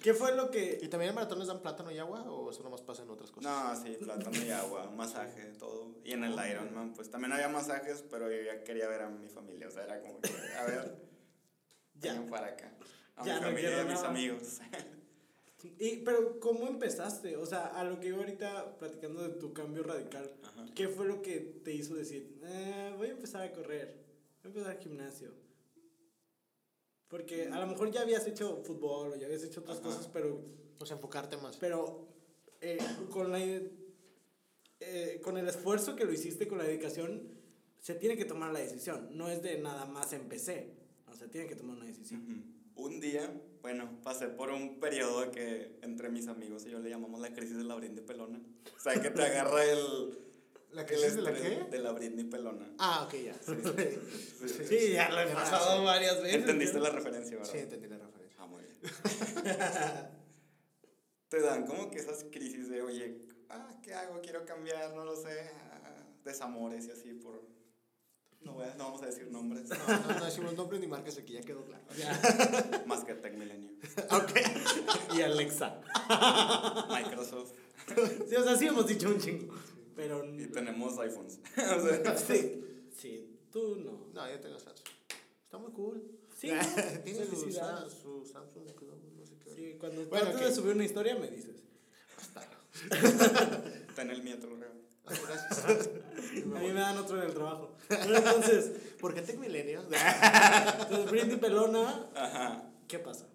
[SPEAKER 3] ¿Qué fue lo que
[SPEAKER 2] ¿Y también en maratón les dan plátano y agua o eso nomás pasa en otras cosas?
[SPEAKER 5] No, sí, plátano y agua, masaje, todo. Y en el Ironman, pues también había masajes, pero yo ya quería ver a mi familia. O sea, era como que, a ver,
[SPEAKER 3] Ya.
[SPEAKER 5] vengan para acá. A
[SPEAKER 3] Ya
[SPEAKER 5] mi
[SPEAKER 3] no
[SPEAKER 5] familia y a
[SPEAKER 3] quiero
[SPEAKER 5] mis
[SPEAKER 3] nada.
[SPEAKER 5] amigos.
[SPEAKER 3] Y, pero, ¿cómo empezaste? O sea, a lo que iba ahorita platicando de tu cambio radical,
[SPEAKER 5] Ajá.
[SPEAKER 3] ¿qué fue lo que te hizo decir, "Eh, voy a empezar a correr, voy a empezar al gimnasio? Porque a lo mejor ya habías hecho fútbol o ya habías hecho otras
[SPEAKER 5] Ajá.
[SPEAKER 3] cosas, pero,
[SPEAKER 2] O sea, enfocarte más.
[SPEAKER 3] pero eh, con, la, eh, con el esfuerzo que lo hiciste, con la dedicación, se tiene que tomar la decisión. No es de nada más empecé. O sea, tiene que tomar una decisión.
[SPEAKER 5] Ujú. Un día, bueno, pasé por un periodo que entre mis amigos y yo le llamamos la crisis de la Britney pelona. O sea, que te agarra el...
[SPEAKER 2] ¿La
[SPEAKER 5] el
[SPEAKER 2] crisis de la
[SPEAKER 5] estrés
[SPEAKER 2] qué?
[SPEAKER 5] De la Britney pelona.
[SPEAKER 2] Ah, ok, ya.
[SPEAKER 5] Sí, sí.
[SPEAKER 3] Sí, ya lo he pasado varias veces.
[SPEAKER 5] Entendiste la referencia, ¿verdad?
[SPEAKER 2] Sí, entendí la referencia.
[SPEAKER 5] Ah, muy bien. Te dan como que esas crisis de, oye, ah, ¿qué hago? Quiero cambiar, no lo sé. ah, desamores y así por... No, voy a- no vamos a decir nombres.
[SPEAKER 2] No, no, no decimos nombres ni marcas aquí, ya quedó claro.
[SPEAKER 5] Más que Tech Milenio.
[SPEAKER 3] Y Alexa.
[SPEAKER 5] Microsoft.
[SPEAKER 3] Sí, o sea, sí hemos dicho un chingo. Pero.
[SPEAKER 5] Y tenemos iPhones. O sea,
[SPEAKER 3] Sí. Sí, tú no.
[SPEAKER 2] No, yo tengo Samsung. Está muy cool.
[SPEAKER 3] Sí,
[SPEAKER 2] Tiene su,
[SPEAKER 3] felicidades.
[SPEAKER 2] Sa- su Samsung, no sé qué.
[SPEAKER 3] Sí, cuando
[SPEAKER 2] Bueno,
[SPEAKER 3] trates
[SPEAKER 2] ok.
[SPEAKER 3] de subir una historia me dices.
[SPEAKER 5] está en el metro, creo.
[SPEAKER 2] Ah, gracias.
[SPEAKER 3] A mí me dan otro en el trabajo. Pero entonces,
[SPEAKER 2] ¿Por qué Tech Millennial?
[SPEAKER 3] entonces Brindy Pelona,
[SPEAKER 5] Ajá.
[SPEAKER 3] ¿qué pasa?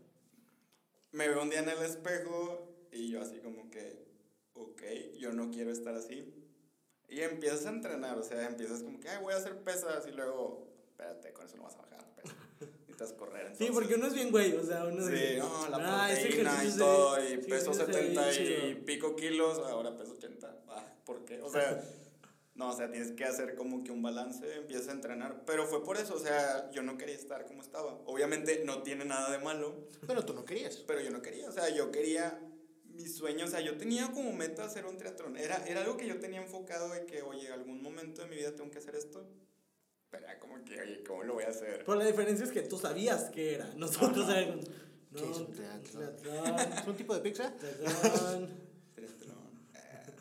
[SPEAKER 5] me veo un día en el espejo y yo así como que, ok, yo no quiero estar así. Y empiezas a entrenar, o sea, empiezas como que, ay, voy a hacer pesas y luego, espérate, con eso no vas a bajar, pero necesitas correr.
[SPEAKER 3] Sí,
[SPEAKER 5] entonces".
[SPEAKER 3] porque uno es bien güey, o sea, uno
[SPEAKER 5] Sí,
[SPEAKER 3] dice,
[SPEAKER 5] no, la
[SPEAKER 3] "Ah, ese
[SPEAKER 5] proteína y
[SPEAKER 3] ejercicio
[SPEAKER 5] todo,
[SPEAKER 3] se-
[SPEAKER 5] y
[SPEAKER 3] sí,
[SPEAKER 5] peso
[SPEAKER 3] se ve
[SPEAKER 5] 70 y
[SPEAKER 3] chido".
[SPEAKER 5] pico kilos, ahora peso 80. Ah, ¿Por qué? O sea, no, o sea, tienes que hacer como que un balance, empiezas a entrenar. Pero fue por eso, o sea, yo no quería estar como estaba. Obviamente no tiene nada de malo,
[SPEAKER 2] Pero tú no querías.
[SPEAKER 5] pero yo no quería, o sea, yo quería mi sueño, o sea, yo tenía como meta hacer un triatlón, era, era algo que yo tenía enfocado de que, oye, algún momento de mi vida tengo que hacer esto, pero era como que, oye, ¿cómo lo voy a hacer?
[SPEAKER 3] Pero la diferencia es que tú sabías que era. Nosotros
[SPEAKER 5] Ajá.
[SPEAKER 3] éramos. No,
[SPEAKER 2] ¿Qué es un
[SPEAKER 3] un
[SPEAKER 2] triatlón?
[SPEAKER 3] triatlón,
[SPEAKER 2] ¿Es un tipo de pizza?
[SPEAKER 3] triatlón.
[SPEAKER 5] Triatlón, eh,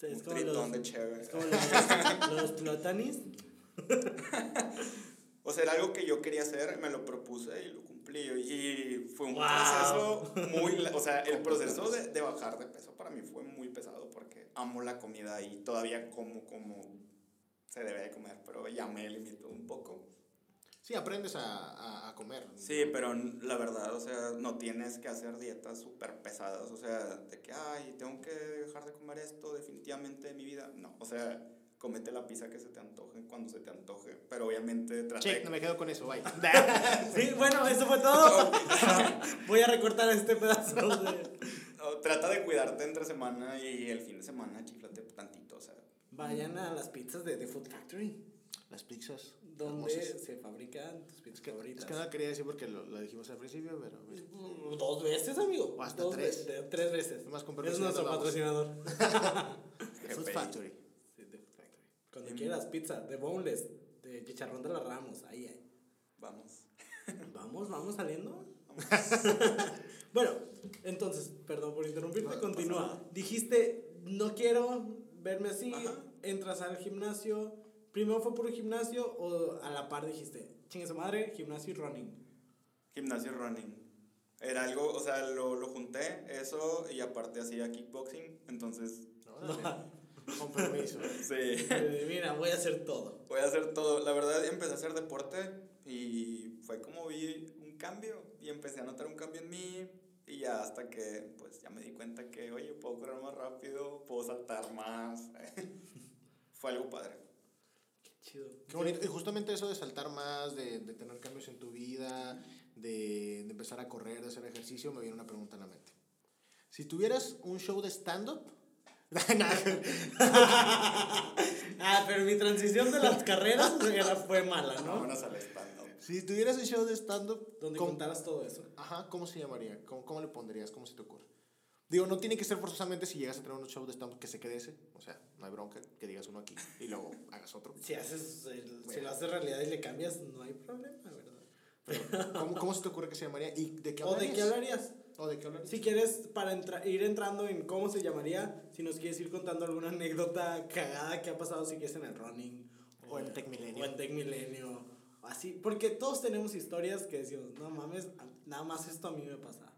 [SPEAKER 3] Es
[SPEAKER 5] un
[SPEAKER 3] como
[SPEAKER 5] tritón
[SPEAKER 3] los-
[SPEAKER 5] de chévere.
[SPEAKER 3] es como los, los tlotanis.
[SPEAKER 5] O sea, era algo que yo quería hacer, me lo propuse y lo cumplí, y fue un
[SPEAKER 3] Wow.
[SPEAKER 5] proceso muy, la- o sea, el proceso de, de bajar de peso para mí fue muy pesado porque amo la comida y todavía como, como se debe de comer, pero ya me limito un poco.
[SPEAKER 2] Sí, aprendes a, a, a comer.
[SPEAKER 5] Sí, pero n- la verdad, o sea, no tienes que hacer dietas súper pesadas, o sea, de que, ay, tengo que dejar de comer esto definitivamente de mi vida. No, o sea, comete la pizza que se te antoje cuando se te antoje, pero obviamente trata
[SPEAKER 2] Check,
[SPEAKER 5] de...
[SPEAKER 2] no me quedo con eso, bye.
[SPEAKER 3] Sí, bueno, eso fue todo. Voy a recortar este pedazo de...
[SPEAKER 5] o trata de cuidarte entre semana y el fin de semana chiflate tantito, o sea.
[SPEAKER 3] Vayan a las pizzas de The Food Factory,
[SPEAKER 2] Las pizzas.
[SPEAKER 3] donde
[SPEAKER 2] hermosas.
[SPEAKER 3] se fabrican tus pizzas
[SPEAKER 2] Es que,
[SPEAKER 3] favoritas.
[SPEAKER 2] es que no lo quería decir porque lo, lo dijimos al principio, pero. mira.
[SPEAKER 3] Dos veces, amigo.
[SPEAKER 2] O hasta
[SPEAKER 3] Dos
[SPEAKER 2] tres.
[SPEAKER 3] ve- de- tres veces.
[SPEAKER 2] Nomás con permiso
[SPEAKER 3] es
[SPEAKER 2] de
[SPEAKER 3] nuestro
[SPEAKER 2] los babos.
[SPEAKER 3] patrocinador.
[SPEAKER 2] Food
[SPEAKER 5] jefe.
[SPEAKER 2] Factory.
[SPEAKER 3] Sí, The Food Factory. Cuando
[SPEAKER 2] Em.
[SPEAKER 3] quieras, pizza de boneless, de chicharrón de la Ramos. Ahí, ahí.
[SPEAKER 5] Vamos.
[SPEAKER 3] Vamos, vamos saliendo. bueno, entonces, perdón por interrumpirte,
[SPEAKER 2] No,
[SPEAKER 3] continúa. Dijiste, no quiero verme así,
[SPEAKER 5] Ajá.
[SPEAKER 3] entras al gimnasio. ¿Primero fue por gimnasio o a la par dijiste, chingue su madre, gimnasio y running?
[SPEAKER 5] Gimnasio y running. Era algo, o sea, lo, lo junté, eso, y aparte hacía kickboxing, entonces,
[SPEAKER 2] Órale. Con permiso.
[SPEAKER 5] sí.
[SPEAKER 3] Eh, Mira, voy a hacer todo.
[SPEAKER 5] Voy a hacer todo. La verdad, empecé a hacer deporte y fue como vi un cambio y empecé a notar un cambio en mí y ya hasta que pues ya me di cuenta que, oye, puedo correr más rápido, puedo saltar más. fue algo padre.
[SPEAKER 3] Qué chido.
[SPEAKER 2] Qué bonito. Y justamente eso de saltar más, de, de tener cambios en tu vida, de, de empezar a correr, de hacer ejercicio, me viene una pregunta a la mente. Si tuvieras un show de stand-up.
[SPEAKER 3] Ah, pero mi transición de las carreras pues, ya fue mala, ¿no?
[SPEAKER 5] Vámonos al stand-up.
[SPEAKER 2] si tuvieras un show de stand-up.
[SPEAKER 3] Donde
[SPEAKER 2] ¿cómo-
[SPEAKER 3] contaras todo eso.
[SPEAKER 2] Ajá, ¿cómo se llamaría? ¿Cómo, cómo le pondrías? ¿Cómo se te ocurre? Digo, no tiene que ser forzosamente si llegas a tener un show de stand-up que se quede ese. O sea, no hay bronca que digas uno aquí y luego hagas otro.
[SPEAKER 3] Si, haces el- si
[SPEAKER 2] Bueno.
[SPEAKER 3] lo haces realidad y le cambias, no hay problema, ¿verdad?
[SPEAKER 2] Pero, ¿cómo, ¿Cómo se te ocurre que se llamaría? ¿Y de qué
[SPEAKER 3] ¿O de qué
[SPEAKER 2] hablarías?
[SPEAKER 3] hablarías?
[SPEAKER 2] ¿O de qué hablarías?
[SPEAKER 3] Si quieres, para entra- ir entrando en cómo se llamaría, si nos quieres ir contando alguna anécdota cagada que ha pasado, si quieres en el running.
[SPEAKER 2] O en Tecmilenio.
[SPEAKER 3] O en Tecmilenio. Así, porque todos tenemos historias que decimos, no mames, a- nada más esto a mí me pasa.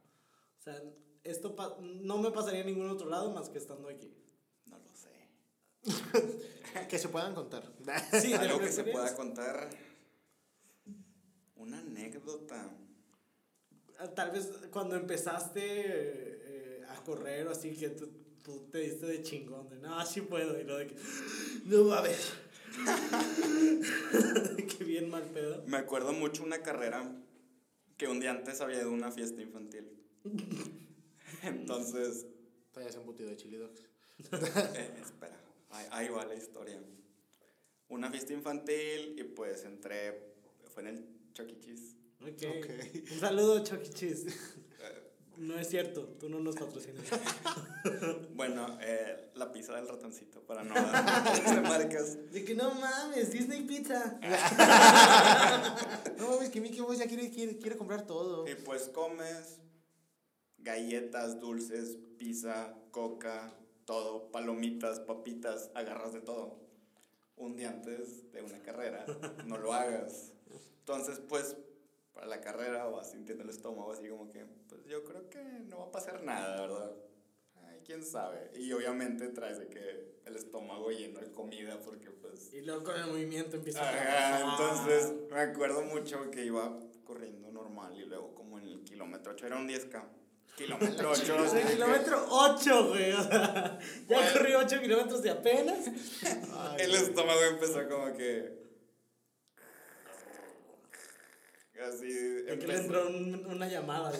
[SPEAKER 3] O sea, esto pa- no me pasaría en ningún otro lado más que estando aquí.
[SPEAKER 5] No lo sé.
[SPEAKER 2] Que se puedan contar.
[SPEAKER 3] Sí, de
[SPEAKER 5] Algo
[SPEAKER 3] lo
[SPEAKER 5] que se
[SPEAKER 3] prefieres.
[SPEAKER 5] pueda contar. Una anécdota.
[SPEAKER 3] Ah, Tal vez cuando empezaste eh, eh, a correr o así, que tú, tú te diste de chingón, de no, sí puedo, y lo de que, no mames. Qué bien mal pedo.
[SPEAKER 5] Me acuerdo mucho una carrera que un día antes había ido a una fiesta infantil. Entonces,
[SPEAKER 2] Te hayas embutido de chili dogs.
[SPEAKER 5] eh, espera, ahí, ahí va la historia. Una fiesta infantil y pues entré, fue en el Chuck E. Cheese.
[SPEAKER 3] Ok.
[SPEAKER 2] Ok.
[SPEAKER 3] Un saludo, Chucky Cheese. No es cierto, tú no nos patrocinas.
[SPEAKER 5] Bueno, eh, la pizza del ratoncito, para no dar marcas.
[SPEAKER 3] De que no mames, Disney Pizza.
[SPEAKER 2] No mames, que Mickey Mouse ya quiere, quiere, quiere comprar todo.
[SPEAKER 5] Y pues comes galletas, dulces, pizza, coca, todo, palomitas, papitas, agarras de todo. Un día antes de una carrera, no lo hagas. Entonces, pues, para la carrera vas sintiendo el estómago así como que, pues yo creo que no va a pasar nada, ¿verdad? Ay, quién sabe. Y obviamente traes de que el estómago lleno de comida porque pues...
[SPEAKER 3] Y luego con el movimiento empieza
[SPEAKER 2] Ah,
[SPEAKER 3] a
[SPEAKER 5] Ajá,
[SPEAKER 3] trabajar.
[SPEAKER 5] entonces me acuerdo mucho que iba corriendo normal y luego como en el kilómetro 8, era un 10K. Kilómetro 8.
[SPEAKER 3] O sea, kilómetro 8, güey. o sea, ya corrí 8 kilómetros de apenas.
[SPEAKER 2] Ay,
[SPEAKER 5] El estómago empezó como que... Así,
[SPEAKER 3] De que
[SPEAKER 5] empezó-
[SPEAKER 3] le entró un- una llamada.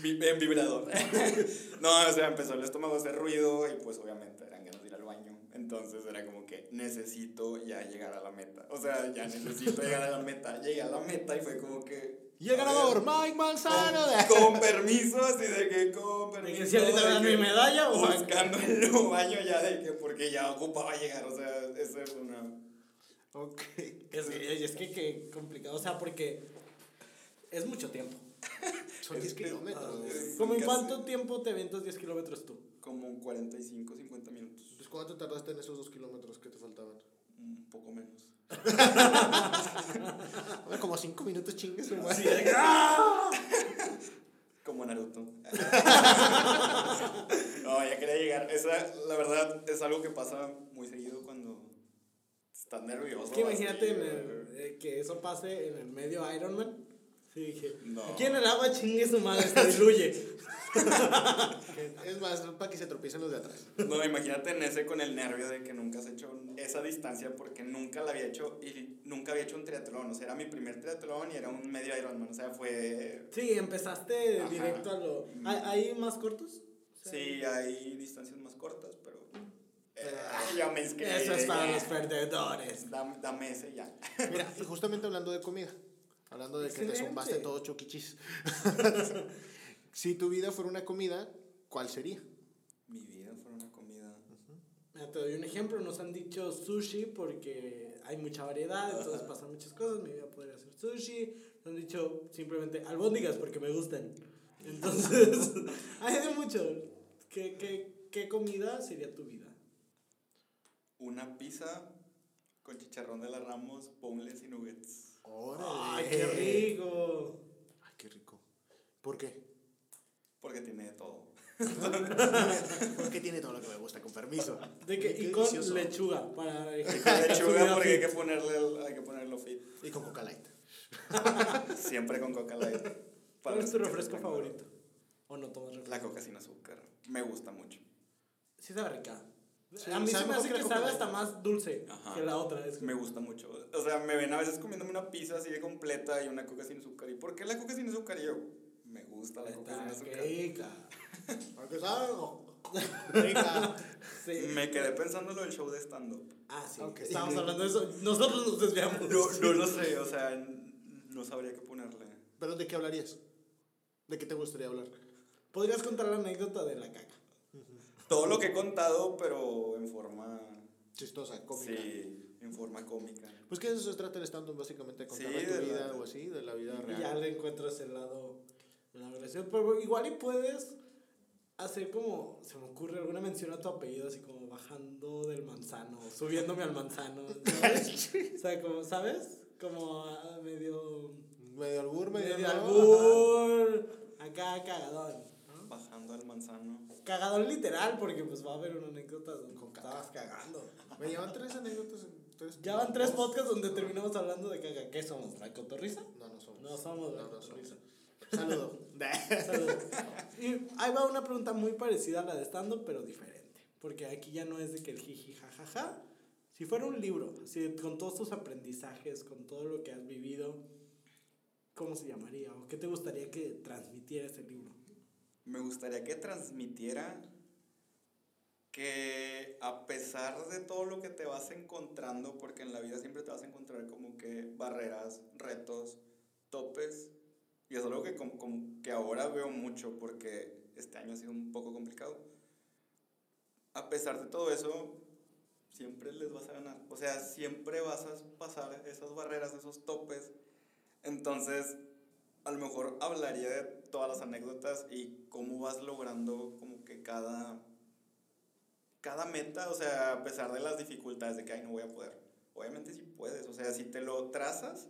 [SPEAKER 5] vi- en vibrador. no, o sea, empezó el estómago a hacer ruido y pues obviamente eran ganas de ir al baño. Entonces era como que necesito ya llegar a la meta. O sea, ya necesito llegar a la meta. Llegué a la meta y fue como que...
[SPEAKER 2] Y el
[SPEAKER 5] a
[SPEAKER 2] ganador,
[SPEAKER 5] ver,
[SPEAKER 2] Mike Manzano.
[SPEAKER 5] Con, con permiso, así de que con
[SPEAKER 3] De
[SPEAKER 5] permiso.
[SPEAKER 3] que si ahorita me pues,
[SPEAKER 5] de
[SPEAKER 3] dan mi
[SPEAKER 5] que
[SPEAKER 3] medalla o
[SPEAKER 5] Buscando el baño ya de que porque ya ocupaba llegar, o sea, eso es una...
[SPEAKER 2] Ok.
[SPEAKER 3] Es, es que qué complicado, o sea, porque es mucho tiempo.
[SPEAKER 2] Son 10 kilómetros. güey.
[SPEAKER 3] ¿Cómo en
[SPEAKER 5] casi-
[SPEAKER 3] cuánto tiempo te aventas 10 kilómetros tú?
[SPEAKER 5] Como 45, 50 minutos,
[SPEAKER 2] Pues, ¿Cuánto tardaste en esos 2 kilómetros que te faltaban?
[SPEAKER 5] un poco menos.
[SPEAKER 2] A ver, Ah, como 5 minutos chingues, güey.
[SPEAKER 3] Así de que, ¡ah!
[SPEAKER 5] Como Naruto. no, ya quería llegar. Esa, la verdad, es algo que pasa muy seguido cuando estás nervioso.
[SPEAKER 3] Es que imagínate en
[SPEAKER 5] así,
[SPEAKER 3] el- eh, que eso pase en el medio Ironman. Sí, dije,
[SPEAKER 5] No.
[SPEAKER 3] aquí en el agua chingue su madre, se diluye.
[SPEAKER 2] Es más, para que se tropiecen los de atrás.
[SPEAKER 5] No, imagínate en ese con el nervio de que nunca has hecho un- esa distancia porque nunca la había hecho y nunca había hecho un triatlón. O sea, era mi primer triatlón y era un medio Ironman. O sea, fue...
[SPEAKER 3] Sí, empezaste
[SPEAKER 5] Ajá.
[SPEAKER 3] directo a lo... ¿Hay, hay más cortos? O sea,
[SPEAKER 5] Sí, hay distancias más cortas, pero... eh, ay, ya me inscribí.
[SPEAKER 3] Eso es para
[SPEAKER 5] ya.
[SPEAKER 3] los perdedores.
[SPEAKER 5] Dame, dame ese ya.
[SPEAKER 2] Mira, justamente hablando de comida, hablando de que te
[SPEAKER 3] Excelente.
[SPEAKER 2] zumbaste todo choquichis. si tu vida fuera una comida, ¿cuál sería?
[SPEAKER 5] Mi vida fue una comida...
[SPEAKER 3] Mira, Ah, te doy un ejemplo, nos han dicho sushi porque hay mucha variedad, entonces pasan muchas cosas, mi vida podría ser sushi, nos han dicho simplemente albóndigas porque me gustan. Entonces, hay de mucho. ¿Qué, qué, qué comida sería tu vida?
[SPEAKER 5] Una pizza con chicharrón de la Ramos, boneless y nuggets.
[SPEAKER 2] ¡Órale!
[SPEAKER 3] ¡Ay, qué rico!
[SPEAKER 2] Ay, qué rico. ¿Por qué?
[SPEAKER 5] Porque tiene de todo.
[SPEAKER 2] Porque tiene todo lo que me gusta, con permiso.
[SPEAKER 3] De que,
[SPEAKER 2] Qué
[SPEAKER 3] y con
[SPEAKER 2] delicioso.
[SPEAKER 3] lechuga para
[SPEAKER 5] Lechuga porque hay que, ponerle el- hay que ponerlo fit.
[SPEAKER 2] Y con coca light.
[SPEAKER 5] Siempre con coca light. Para
[SPEAKER 3] ¿Cuál es tu
[SPEAKER 5] los que
[SPEAKER 3] refresco
[SPEAKER 5] tengan-
[SPEAKER 3] favorito? ¿O no tomas refresco?
[SPEAKER 5] La coca sin azúcar. Me gusta mucho.
[SPEAKER 3] Sí sabe rica.
[SPEAKER 2] Sí,
[SPEAKER 3] a mí se
[SPEAKER 2] sabe
[SPEAKER 3] me
[SPEAKER 2] mejor
[SPEAKER 3] hace
[SPEAKER 2] que
[SPEAKER 3] que
[SPEAKER 2] la Coca
[SPEAKER 3] sabe
[SPEAKER 2] Light.
[SPEAKER 3] hasta más dulce
[SPEAKER 5] Ajá.
[SPEAKER 3] que la otra. Es como-
[SPEAKER 5] Me gusta mucho. O sea, me ven a veces comiéndome una pizza así de completa y una coca sin azúcar. ¿Y por qué la coca sin azúcar? Y yo, me gusta la coca sin
[SPEAKER 3] Está
[SPEAKER 5] azúcar.
[SPEAKER 3] rica.
[SPEAKER 2] Porque sabe, oh, rica.
[SPEAKER 3] Sí.
[SPEAKER 5] Me quedé pensando lo del show de stand-up.
[SPEAKER 3] Ah, sí.
[SPEAKER 2] Ok.
[SPEAKER 3] Estábamos hablando de eso. Nosotros nos desviamos.
[SPEAKER 5] No, no lo sé, o sea, no sabría qué ponerle.
[SPEAKER 2] ¿Pero de qué hablarías? ¿De qué te gustaría hablar?
[SPEAKER 3] ¿Podrías contar la anécdota de la caca?
[SPEAKER 5] Todo lo que he contado, pero en forma...
[SPEAKER 2] Chistosa, cómica.
[SPEAKER 5] Sí, en forma cómica.
[SPEAKER 2] Pues que eso se trata el stand-up, básicamente, contar
[SPEAKER 5] Sí,
[SPEAKER 2] tu
[SPEAKER 5] de
[SPEAKER 2] vida
[SPEAKER 5] la-
[SPEAKER 2] o así, de la vida
[SPEAKER 3] Y ya
[SPEAKER 2] real.
[SPEAKER 3] le encuentras el lado de la relación. Pero igual y puedes hacer como, se me ocurre, alguna mención a tu apellido, así como bajando del manzano, subiéndome al manzano. ¿sabes? o sea, como, ¿sabes? Como ah, medio.
[SPEAKER 2] Medio albur, medio,
[SPEAKER 3] medio
[SPEAKER 2] no,
[SPEAKER 3] albur. Acá cagadón. ¿no?
[SPEAKER 5] Bajando al manzano.
[SPEAKER 3] Cagadón literal, porque pues va a haber una anécdota donde estabas cagando.
[SPEAKER 2] ajá. Me llevan tres anécdotas. en- Tres,
[SPEAKER 3] Ya van tres
[SPEAKER 2] dos.
[SPEAKER 3] podcasts donde terminamos hablando de caca. ¿Qué somos? ¿La cotorriza?
[SPEAKER 2] No, no somos.
[SPEAKER 3] No somos la
[SPEAKER 2] No, no
[SPEAKER 3] cotorriza.
[SPEAKER 2] somos. Saludo.
[SPEAKER 3] Saludos. Y ahí va una pregunta muy parecida a la de estando, pero diferente. Porque aquí ya no es de que el jiji jajaja. Si fuera un libro, así, con todos tus aprendizajes, con todo lo que has vivido, ¿cómo se llamaría? ¿O qué te gustaría que transmitiera ese libro?
[SPEAKER 5] Me gustaría que transmitiera que a pesar de todo lo que te vas encontrando, porque en la vida siempre te vas a encontrar como que barreras, retos, topes, y es algo que, como, como que ahora veo mucho porque este año ha sido un poco complicado. A pesar de todo eso, siempre les vas a ganar. O sea, siempre vas a pasar esas barreras, esos topes. Entonces, a lo mejor hablaría de todas las anécdotas y cómo vas logrando como que cada cada meta, o sea, a pesar de las dificultades de que ay no voy a poder. Obviamente sí puedes, o sea, si te lo trazas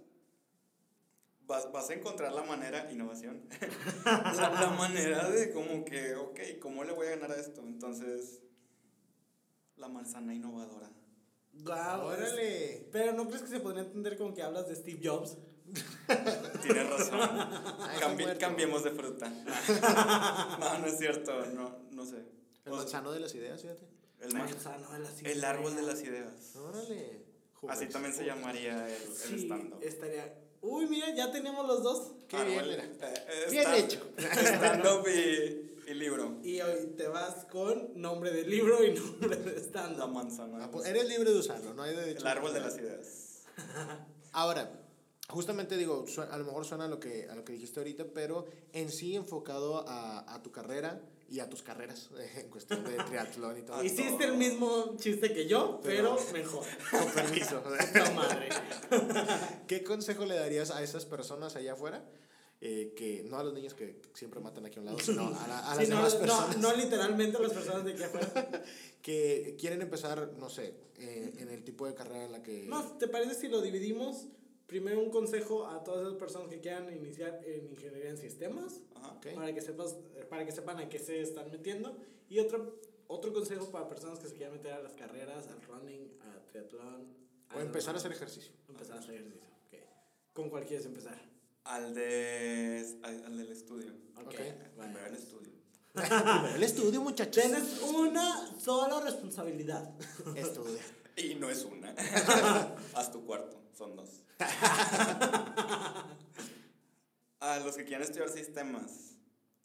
[SPEAKER 5] vas, vas a encontrar la manera innovación. la, la manera de como que, ok, ¿cómo le voy a ganar a esto? Entonces la manzana innovadora.
[SPEAKER 3] ¡Guau!
[SPEAKER 2] Órale.
[SPEAKER 3] Pero no crees que se podría entender como que hablas de Steve Jobs.
[SPEAKER 5] Tienes razón.
[SPEAKER 2] Ah, está
[SPEAKER 5] Cambi-
[SPEAKER 2] muerto.
[SPEAKER 5] cambiemos de fruta. no, no es cierto, no, no sé.
[SPEAKER 2] El
[SPEAKER 5] O sea,
[SPEAKER 2] manzano de las ideas, fíjate.
[SPEAKER 5] El,
[SPEAKER 3] El
[SPEAKER 5] man-
[SPEAKER 3] manzano de las
[SPEAKER 5] el árbol de
[SPEAKER 3] ideas.
[SPEAKER 5] las ideas.
[SPEAKER 2] Órale.
[SPEAKER 5] Así
[SPEAKER 2] Jóvenes.
[SPEAKER 5] también se llamaría el, el
[SPEAKER 3] Sí,
[SPEAKER 5] stand-up.
[SPEAKER 3] estaría. Uy, mira, ya tenemos los dos.
[SPEAKER 2] Qué bien,
[SPEAKER 5] Árbol,
[SPEAKER 2] mira.
[SPEAKER 5] eh, eh,
[SPEAKER 2] Bien
[SPEAKER 5] stand-
[SPEAKER 2] hecho.
[SPEAKER 5] Stand-up y, y libro.
[SPEAKER 3] Y hoy te vas con nombre de libro y nombre de
[SPEAKER 5] La
[SPEAKER 3] stand-up.
[SPEAKER 5] manzana.
[SPEAKER 2] Ah, pues, eres libre de usarlo, no hay derecho.
[SPEAKER 5] el árbol de las ideas.
[SPEAKER 2] Ahora, justamente digo, su- a lo mejor suena a lo que, a lo que dijiste ahorita, pero en sí enfocado a, a tu carrera y a tus carreras en cuestión de triatlón y todo.
[SPEAKER 5] Y sí,
[SPEAKER 3] Hiciste el mismo chiste que yo, pero,
[SPEAKER 2] Pero-
[SPEAKER 3] mejor.
[SPEAKER 2] Con permiso.
[SPEAKER 3] No madre.
[SPEAKER 2] ¿Qué consejo le darías a esas personas allá afuera? Eh, que no a los niños que siempre matan aquí a un lado, sino a, la- a las
[SPEAKER 3] Sí, no,
[SPEAKER 2] demás
[SPEAKER 3] no,
[SPEAKER 2] personas
[SPEAKER 3] no literalmente las personas de aquí afuera.
[SPEAKER 2] que quieren empezar, no sé, eh, en el tipo de carrera en la que...
[SPEAKER 3] Más, ¿te parece si lo dividimos? Primero un consejo a todas esas personas que quieran iniciar en ingeniería en sistemas.
[SPEAKER 5] Ajá.
[SPEAKER 2] Ok.
[SPEAKER 3] para que sepas eh, para que sepan a qué se están metiendo y otro otro consejo para personas que se quieran meter a las carreras al running al triatlón
[SPEAKER 2] O
[SPEAKER 3] al-
[SPEAKER 2] empezar a hacer ejercicio.
[SPEAKER 3] empezar a hacer ejercicio ok. con cuál quieres empezar
[SPEAKER 5] Al, de, al, al del estudio.
[SPEAKER 3] ok,
[SPEAKER 2] Ok.
[SPEAKER 3] vale.
[SPEAKER 5] Primero el estudio.
[SPEAKER 2] Primero el estudio, muchachos.
[SPEAKER 3] tienes una sola responsabilidad
[SPEAKER 2] Estudia.
[SPEAKER 5] Y no es una. Haz tu cuarto, son dos. A los que quieran estudiar sistemas,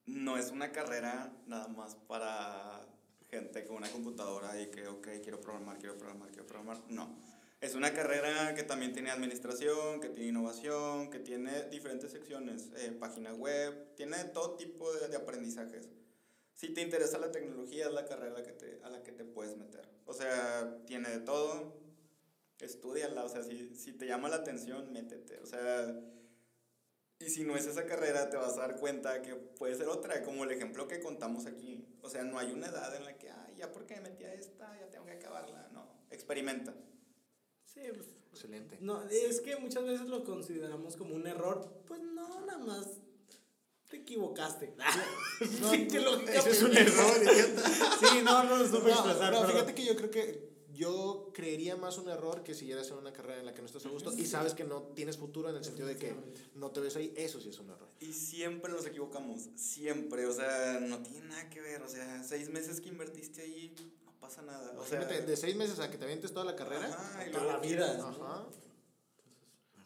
[SPEAKER 5] no es una carrera nada más para gente con una computadora y que, ok, quiero programar, quiero programar, quiero programar. No. Es una carrera que también tiene administración, que tiene innovación, que tiene diferentes secciones, eh, página web, tiene todo tipo de- de aprendizajes si te interesa la tecnología, es la carrera a la que te, a la que te puedes meter. O sea, tiene de todo, estudiala, o sea, si, si te llama la atención, métete. O sea, y si no es esa carrera, te vas a dar cuenta que puede ser otra, como el ejemplo que contamos aquí. O sea, no hay una edad en la que, ay, ya porque me metí a esta, ya tengo que acabarla. No, experimenta.
[SPEAKER 3] sí pues,
[SPEAKER 2] Excelente.
[SPEAKER 3] no es que muchas veces lo consideramos como un error pues no nada más te equivocaste sí, que
[SPEAKER 2] Ese es un
[SPEAKER 3] lógicamente-
[SPEAKER 2] error, idiota.
[SPEAKER 3] sí no no lo supe
[SPEAKER 2] No,
[SPEAKER 3] expresar
[SPEAKER 2] no,
[SPEAKER 3] perdón.
[SPEAKER 2] fíjate que yo creo que yo creería más un error que siguieras en una carrera en la que no estás a gusto y sabes que no tienes futuro en el sentido de que no te ves ahí, eso sí es un error.
[SPEAKER 5] Y siempre nos equivocamos, siempre, o sea, no tiene nada que ver, o sea, seis meses que invertiste ahí, no pasa nada. O sea,
[SPEAKER 2] Imagínate, de seis meses a que te avientes toda la carrera.
[SPEAKER 5] Ajá, y
[SPEAKER 3] toda la
[SPEAKER 5] luego-
[SPEAKER 3] vida ¿no?
[SPEAKER 2] Ajá.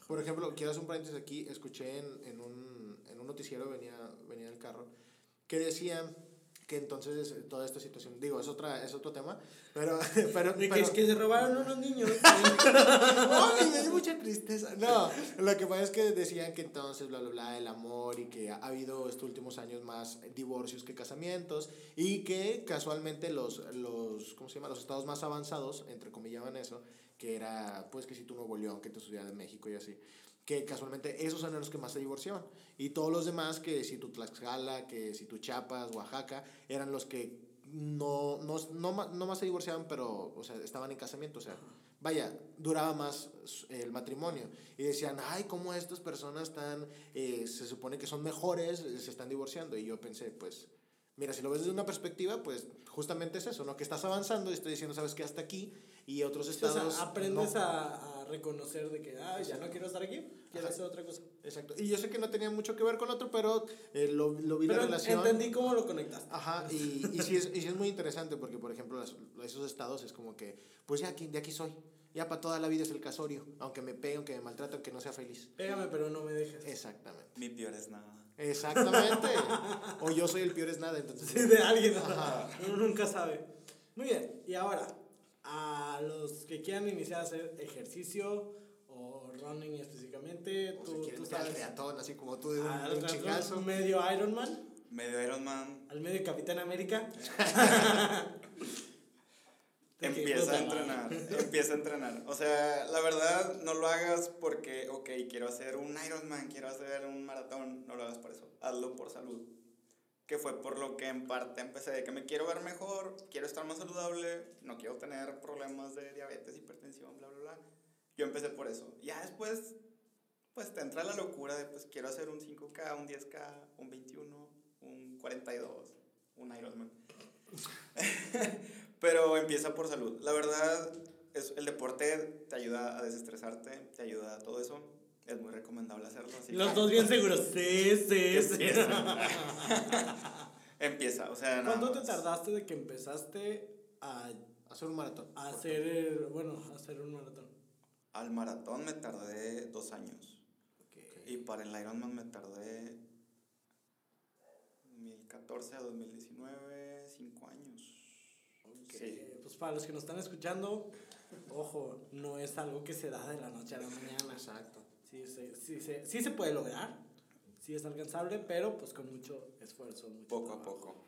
[SPEAKER 2] Por ejemplo, quiero hacer un paréntesis aquí. Escuché en, en un, en un noticiero, venía, venía en el carro, que decía Que entonces eh, toda esta situación, digo, es, otra, es otro tema, pero... pero,
[SPEAKER 3] De que,
[SPEAKER 2] pero-
[SPEAKER 3] que se robaron unos niños.
[SPEAKER 2] Ay, me dio mucha tristeza. No, lo que pasa es que decían que entonces, bla, bla, bla, el amor y que ha habido estos últimos años más divorcios que casamientos y que casualmente los, los ¿cómo se llama? Los estados más avanzados, entre comillaban eso, que era, pues, que si tú Nuevo León, que tu Ciudad de México y así. Que casualmente esos eran los que más se divorciaban. Y todos los demás, que si tu Tlaxcala, que si tu Chiapas, Oaxaca, eran los que no, no, no, ma- no más se divorciaban, pero, o sea, estaban en casamiento, o sea, vaya, duraba más s- el matrimonio. Y decían, ay, cómo estas personas están, se supone que son mejores, eh, se están divorciando. Y yo pensé, pues, mira, si lo ves desde una perspectiva, pues, justamente es eso, ¿no? Que estás avanzando y estoy diciendo, sabes que hasta aquí, y otros
[SPEAKER 3] O sea,
[SPEAKER 2] estados...
[SPEAKER 3] aprendes
[SPEAKER 2] no.
[SPEAKER 3] a, a reconocer de que, ay, ya no quiero estar aquí, quiero
[SPEAKER 2] Ajá.
[SPEAKER 3] hacer otra cosa.
[SPEAKER 2] Exacto. Y yo sé que no tenía mucho que ver con otro, pero eh, lo, lo vi la
[SPEAKER 3] Pero
[SPEAKER 2] relación. Ah.
[SPEAKER 3] entendí cómo lo conectaste.
[SPEAKER 2] Ajá, y, y, sí es, y sí es muy interesante porque, por ejemplo, las- esos estados es como que, pues ya aquí, de aquí soy. Ya para toda la vida es el casorio. Aunque me pegue, aunque me maltrate, aunque no sea feliz.
[SPEAKER 3] Pégame, pero no me dejes.
[SPEAKER 2] Eh. Exactamente.
[SPEAKER 5] Mi peor es nada.
[SPEAKER 2] Exactamente. o yo soy el peor es nada, entonces.
[SPEAKER 3] Sí, de alguien.
[SPEAKER 2] Ajá.
[SPEAKER 3] Uno nunca sabe. Muy bien, y ahora, a los que quieran iniciar a hacer ejercicio o running específicamente,
[SPEAKER 2] O si
[SPEAKER 3] tú,
[SPEAKER 2] quieres
[SPEAKER 3] tú
[SPEAKER 2] meter al
[SPEAKER 3] sabes. Ah,
[SPEAKER 2] triatlón, así como tú, de un,
[SPEAKER 3] al
[SPEAKER 2] de un
[SPEAKER 3] triatlón,
[SPEAKER 2] chingazo.
[SPEAKER 3] medio Ironman,
[SPEAKER 5] Medio Iron Man
[SPEAKER 3] al medio Capitán América. De que,
[SPEAKER 5] empieza
[SPEAKER 3] puta
[SPEAKER 5] a entrenar. empieza a entrenar. O sea, la verdad, no lo hagas porque, ok, quiero hacer un Iron Man, quiero hacer un maratón. No lo hagas por eso. Hazlo por salud. Que fue por lo que en parte empecé de que me quiero ver mejor, quiero estar más saludable, no quiero tener problemas de diabetes, hipertensión, bla, bla, bla. Yo empecé por eso. Ya después, pues te entra la locura de, pues quiero hacer un 5K, un 10K, un 21, un 42, un Ironman. Pero empieza por salud. La verdad, es, el deporte te ayuda a desestresarte, te ayuda a todo eso. Es muy recomendable hacerlo. así
[SPEAKER 3] Los
[SPEAKER 5] que-
[SPEAKER 3] dos bien seguros. Sí, sí, sí.
[SPEAKER 5] Empieza, o sea, nada
[SPEAKER 3] ¿Cuánto te
[SPEAKER 5] más.
[SPEAKER 3] tardaste de que empezaste a,
[SPEAKER 2] Hacer un maratón.
[SPEAKER 3] a hacer, eh, bueno, a hacer un maratón?
[SPEAKER 5] Al maratón me tardé dos años. Y para el Ironman me tardé 2014 a 2019, cinco años.
[SPEAKER 3] Que,
[SPEAKER 5] Sí.
[SPEAKER 3] Pues para los que nos están escuchando, ojo, no es algo que se da de la noche a la mañana. Exacto. Sí se, sí se, sí se puede lograr, sí es alcanzable, pero pues con mucho esfuerzo. mucho
[SPEAKER 5] Poco a
[SPEAKER 3] trabajo.
[SPEAKER 5] poco.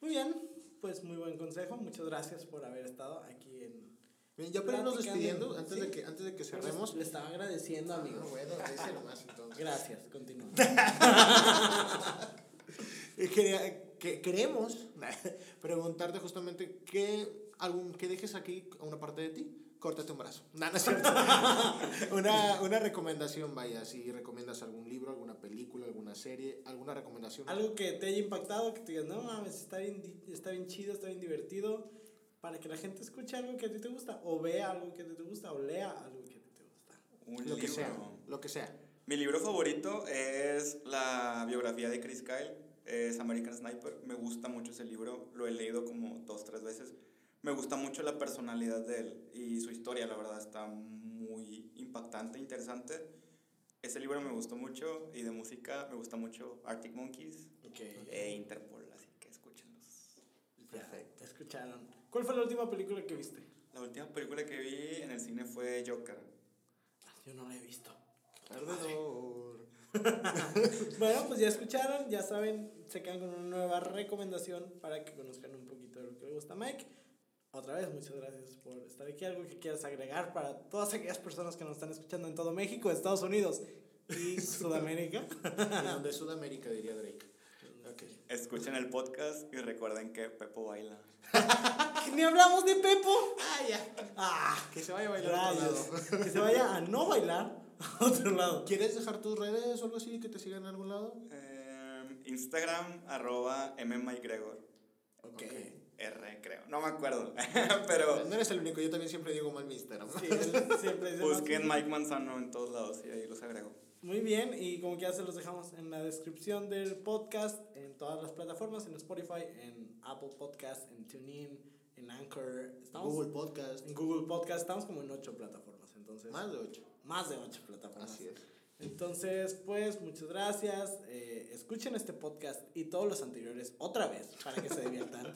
[SPEAKER 3] Muy bien, pues muy buen consejo. Muchas gracias por haber estado aquí en...
[SPEAKER 2] Bien, ya para irnos
[SPEAKER 3] Platicando,
[SPEAKER 2] despidiendo, antes,
[SPEAKER 3] sí. Pues,
[SPEAKER 2] de que, antes de que cerremos.
[SPEAKER 3] Le estaba agradeciendo,
[SPEAKER 2] Ah,
[SPEAKER 3] amigo.
[SPEAKER 2] bueno, ese nomás, entonces.
[SPEAKER 3] Gracias, continúa.
[SPEAKER 2] Eh, quería- que- queremos preguntarte justamente qué álbum que dejes aquí a una parte de ti, córtate un brazo. No, no es cierto. una, una recomendación, vaya, si recomiendas algún libro, alguna película, alguna serie, alguna recomendación.
[SPEAKER 3] Algo que te haya impactado, que te digas, no mames, está bien, di- está bien chido, está bien divertido, para que la gente escuche algo que a ti te gusta, o vea algo que a ti te gusta, o lea algo que a ti te gusta.
[SPEAKER 5] Un
[SPEAKER 2] lo que
[SPEAKER 5] libro.
[SPEAKER 2] sea, lo que sea.
[SPEAKER 5] Mi libro favorito es la biografía de Chris Kyle, es American Sniper. Me gusta mucho ese libro, lo he leído como dos, tres veces. Me gusta mucho la personalidad de él y su historia, la verdad, está muy impactante, interesante. Ese libro me gustó mucho y de música me gusta mucho Arctic Monkeys e Interpol, así que escúchenlos.
[SPEAKER 3] Perfecto. escucharon. ¿Cuál fue la última película que viste?
[SPEAKER 5] La última película que vi en el cine fue Joker.
[SPEAKER 3] Ah, Yo no la he visto.
[SPEAKER 2] Alrededor.
[SPEAKER 3] Bueno, pues ya escucharon, ya saben, se quedan con una nueva recomendación para que conozcan un poquito de lo que le gusta a Mike. Otra vez, muchas gracias por estar aquí. ¿Algo que quieras agregar para todas aquellas personas que nos están escuchando en todo México, Estados Unidos y Sudamérica?
[SPEAKER 2] De Sudamérica, diría Drake. Ok.
[SPEAKER 5] Escuchen el podcast y recuerden que Pepo baila.
[SPEAKER 3] ¡Ni hablamos de Pepo!
[SPEAKER 2] Ah, ya.
[SPEAKER 3] ¡Ah!
[SPEAKER 2] Que se vaya a bailar a otro
[SPEAKER 3] Rayos.
[SPEAKER 2] lado.
[SPEAKER 3] Que se vaya a no bailar a otro lado.
[SPEAKER 2] ¿Quieres dejar tus redes o algo así que te sigan en algún lado?
[SPEAKER 5] Em, Instagram, arroba MMyGregor.
[SPEAKER 2] Ok.
[SPEAKER 5] R, creo. No me acuerdo. Pero
[SPEAKER 2] No eres el único, yo también siempre digo mal mi Instagram.
[SPEAKER 3] Sí, él siempre dice,
[SPEAKER 5] busquen
[SPEAKER 3] "No,
[SPEAKER 5] Mike Manzano en todos lados y ahí los agrego.
[SPEAKER 3] Muy bien, y como que ya se los dejamos en la descripción del podcast, en todas las plataformas, en Spotify, en Apple Podcast, en TuneIn, en Anchor, estamos
[SPEAKER 2] Google Podcast.
[SPEAKER 3] en Google Podcast, estamos como en ocho plataformas, entonces
[SPEAKER 2] Más de ocho.
[SPEAKER 3] más de ocho plataformas.
[SPEAKER 2] Así es.
[SPEAKER 3] Entonces, pues, muchas gracias. Eh, escuchen este podcast y todos los anteriores otra vez para que se diviertan.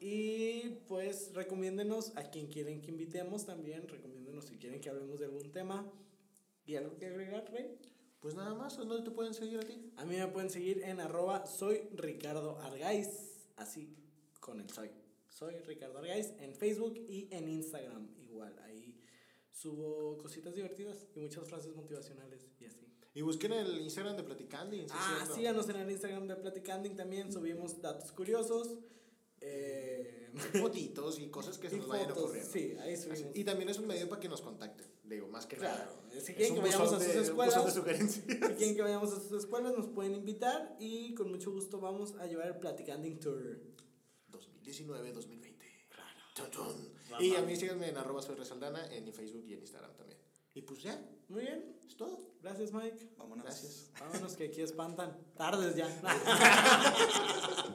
[SPEAKER 3] y pues, recomiéndenos a quien quieren que invitemos también. Recomiéndenos si quieren que hablemos de algún tema. ¿Y algo que agregar, Rey?
[SPEAKER 2] Pues nada más, ¿en dónde te pueden seguir a ti?
[SPEAKER 3] A mí me pueden seguir en arroba soy Ricardo Argáiz, así con el soy. Soy Ricardo Argáiz en Facebook y en Instagram igual. Ahí subo cositas divertidas y muchas frases motivacionales y así.
[SPEAKER 2] Y busquen el Instagram de Platicando.
[SPEAKER 3] Ah, síganos en el Instagram de Platicanding también, subimos datos curiosos. eh,
[SPEAKER 2] Fotitos y cosas que se
[SPEAKER 3] y
[SPEAKER 2] nos vayan
[SPEAKER 3] fotos,
[SPEAKER 2] ocurriendo.
[SPEAKER 3] Sí, ahí
[SPEAKER 2] Así-
[SPEAKER 3] subimos.
[SPEAKER 2] Y también es un medio para que nos contacten, digo, más que
[SPEAKER 3] claro, eh,
[SPEAKER 2] nada.
[SPEAKER 3] si
[SPEAKER 2] Es
[SPEAKER 3] quieren
[SPEAKER 2] un
[SPEAKER 3] que vayamos a
[SPEAKER 2] buzón
[SPEAKER 3] sus
[SPEAKER 2] de- un buzón de
[SPEAKER 3] escuelas,
[SPEAKER 2] sugerencias.
[SPEAKER 3] si quieren que vayamos a sus escuelas, nos pueden invitar y con mucho gusto vamos a llevar el Platicanding Tour.
[SPEAKER 2] 2019, 2020.
[SPEAKER 3] Claro.
[SPEAKER 2] Chon, chon.
[SPEAKER 3] Va,
[SPEAKER 2] Y
[SPEAKER 3] va.
[SPEAKER 2] a mí síganme en arroba soy Resaldana, en Facebook y en Instagram también. Y pues ya,
[SPEAKER 3] Muy bien,
[SPEAKER 2] es todo.
[SPEAKER 3] gracias Mike.
[SPEAKER 5] Vámonos.
[SPEAKER 2] Gracias.
[SPEAKER 3] Vámonos que aquí espantan. Tardes ya.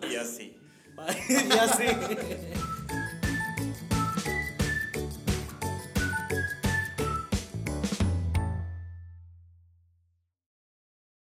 [SPEAKER 5] Y así.
[SPEAKER 3] Bye. ya sí.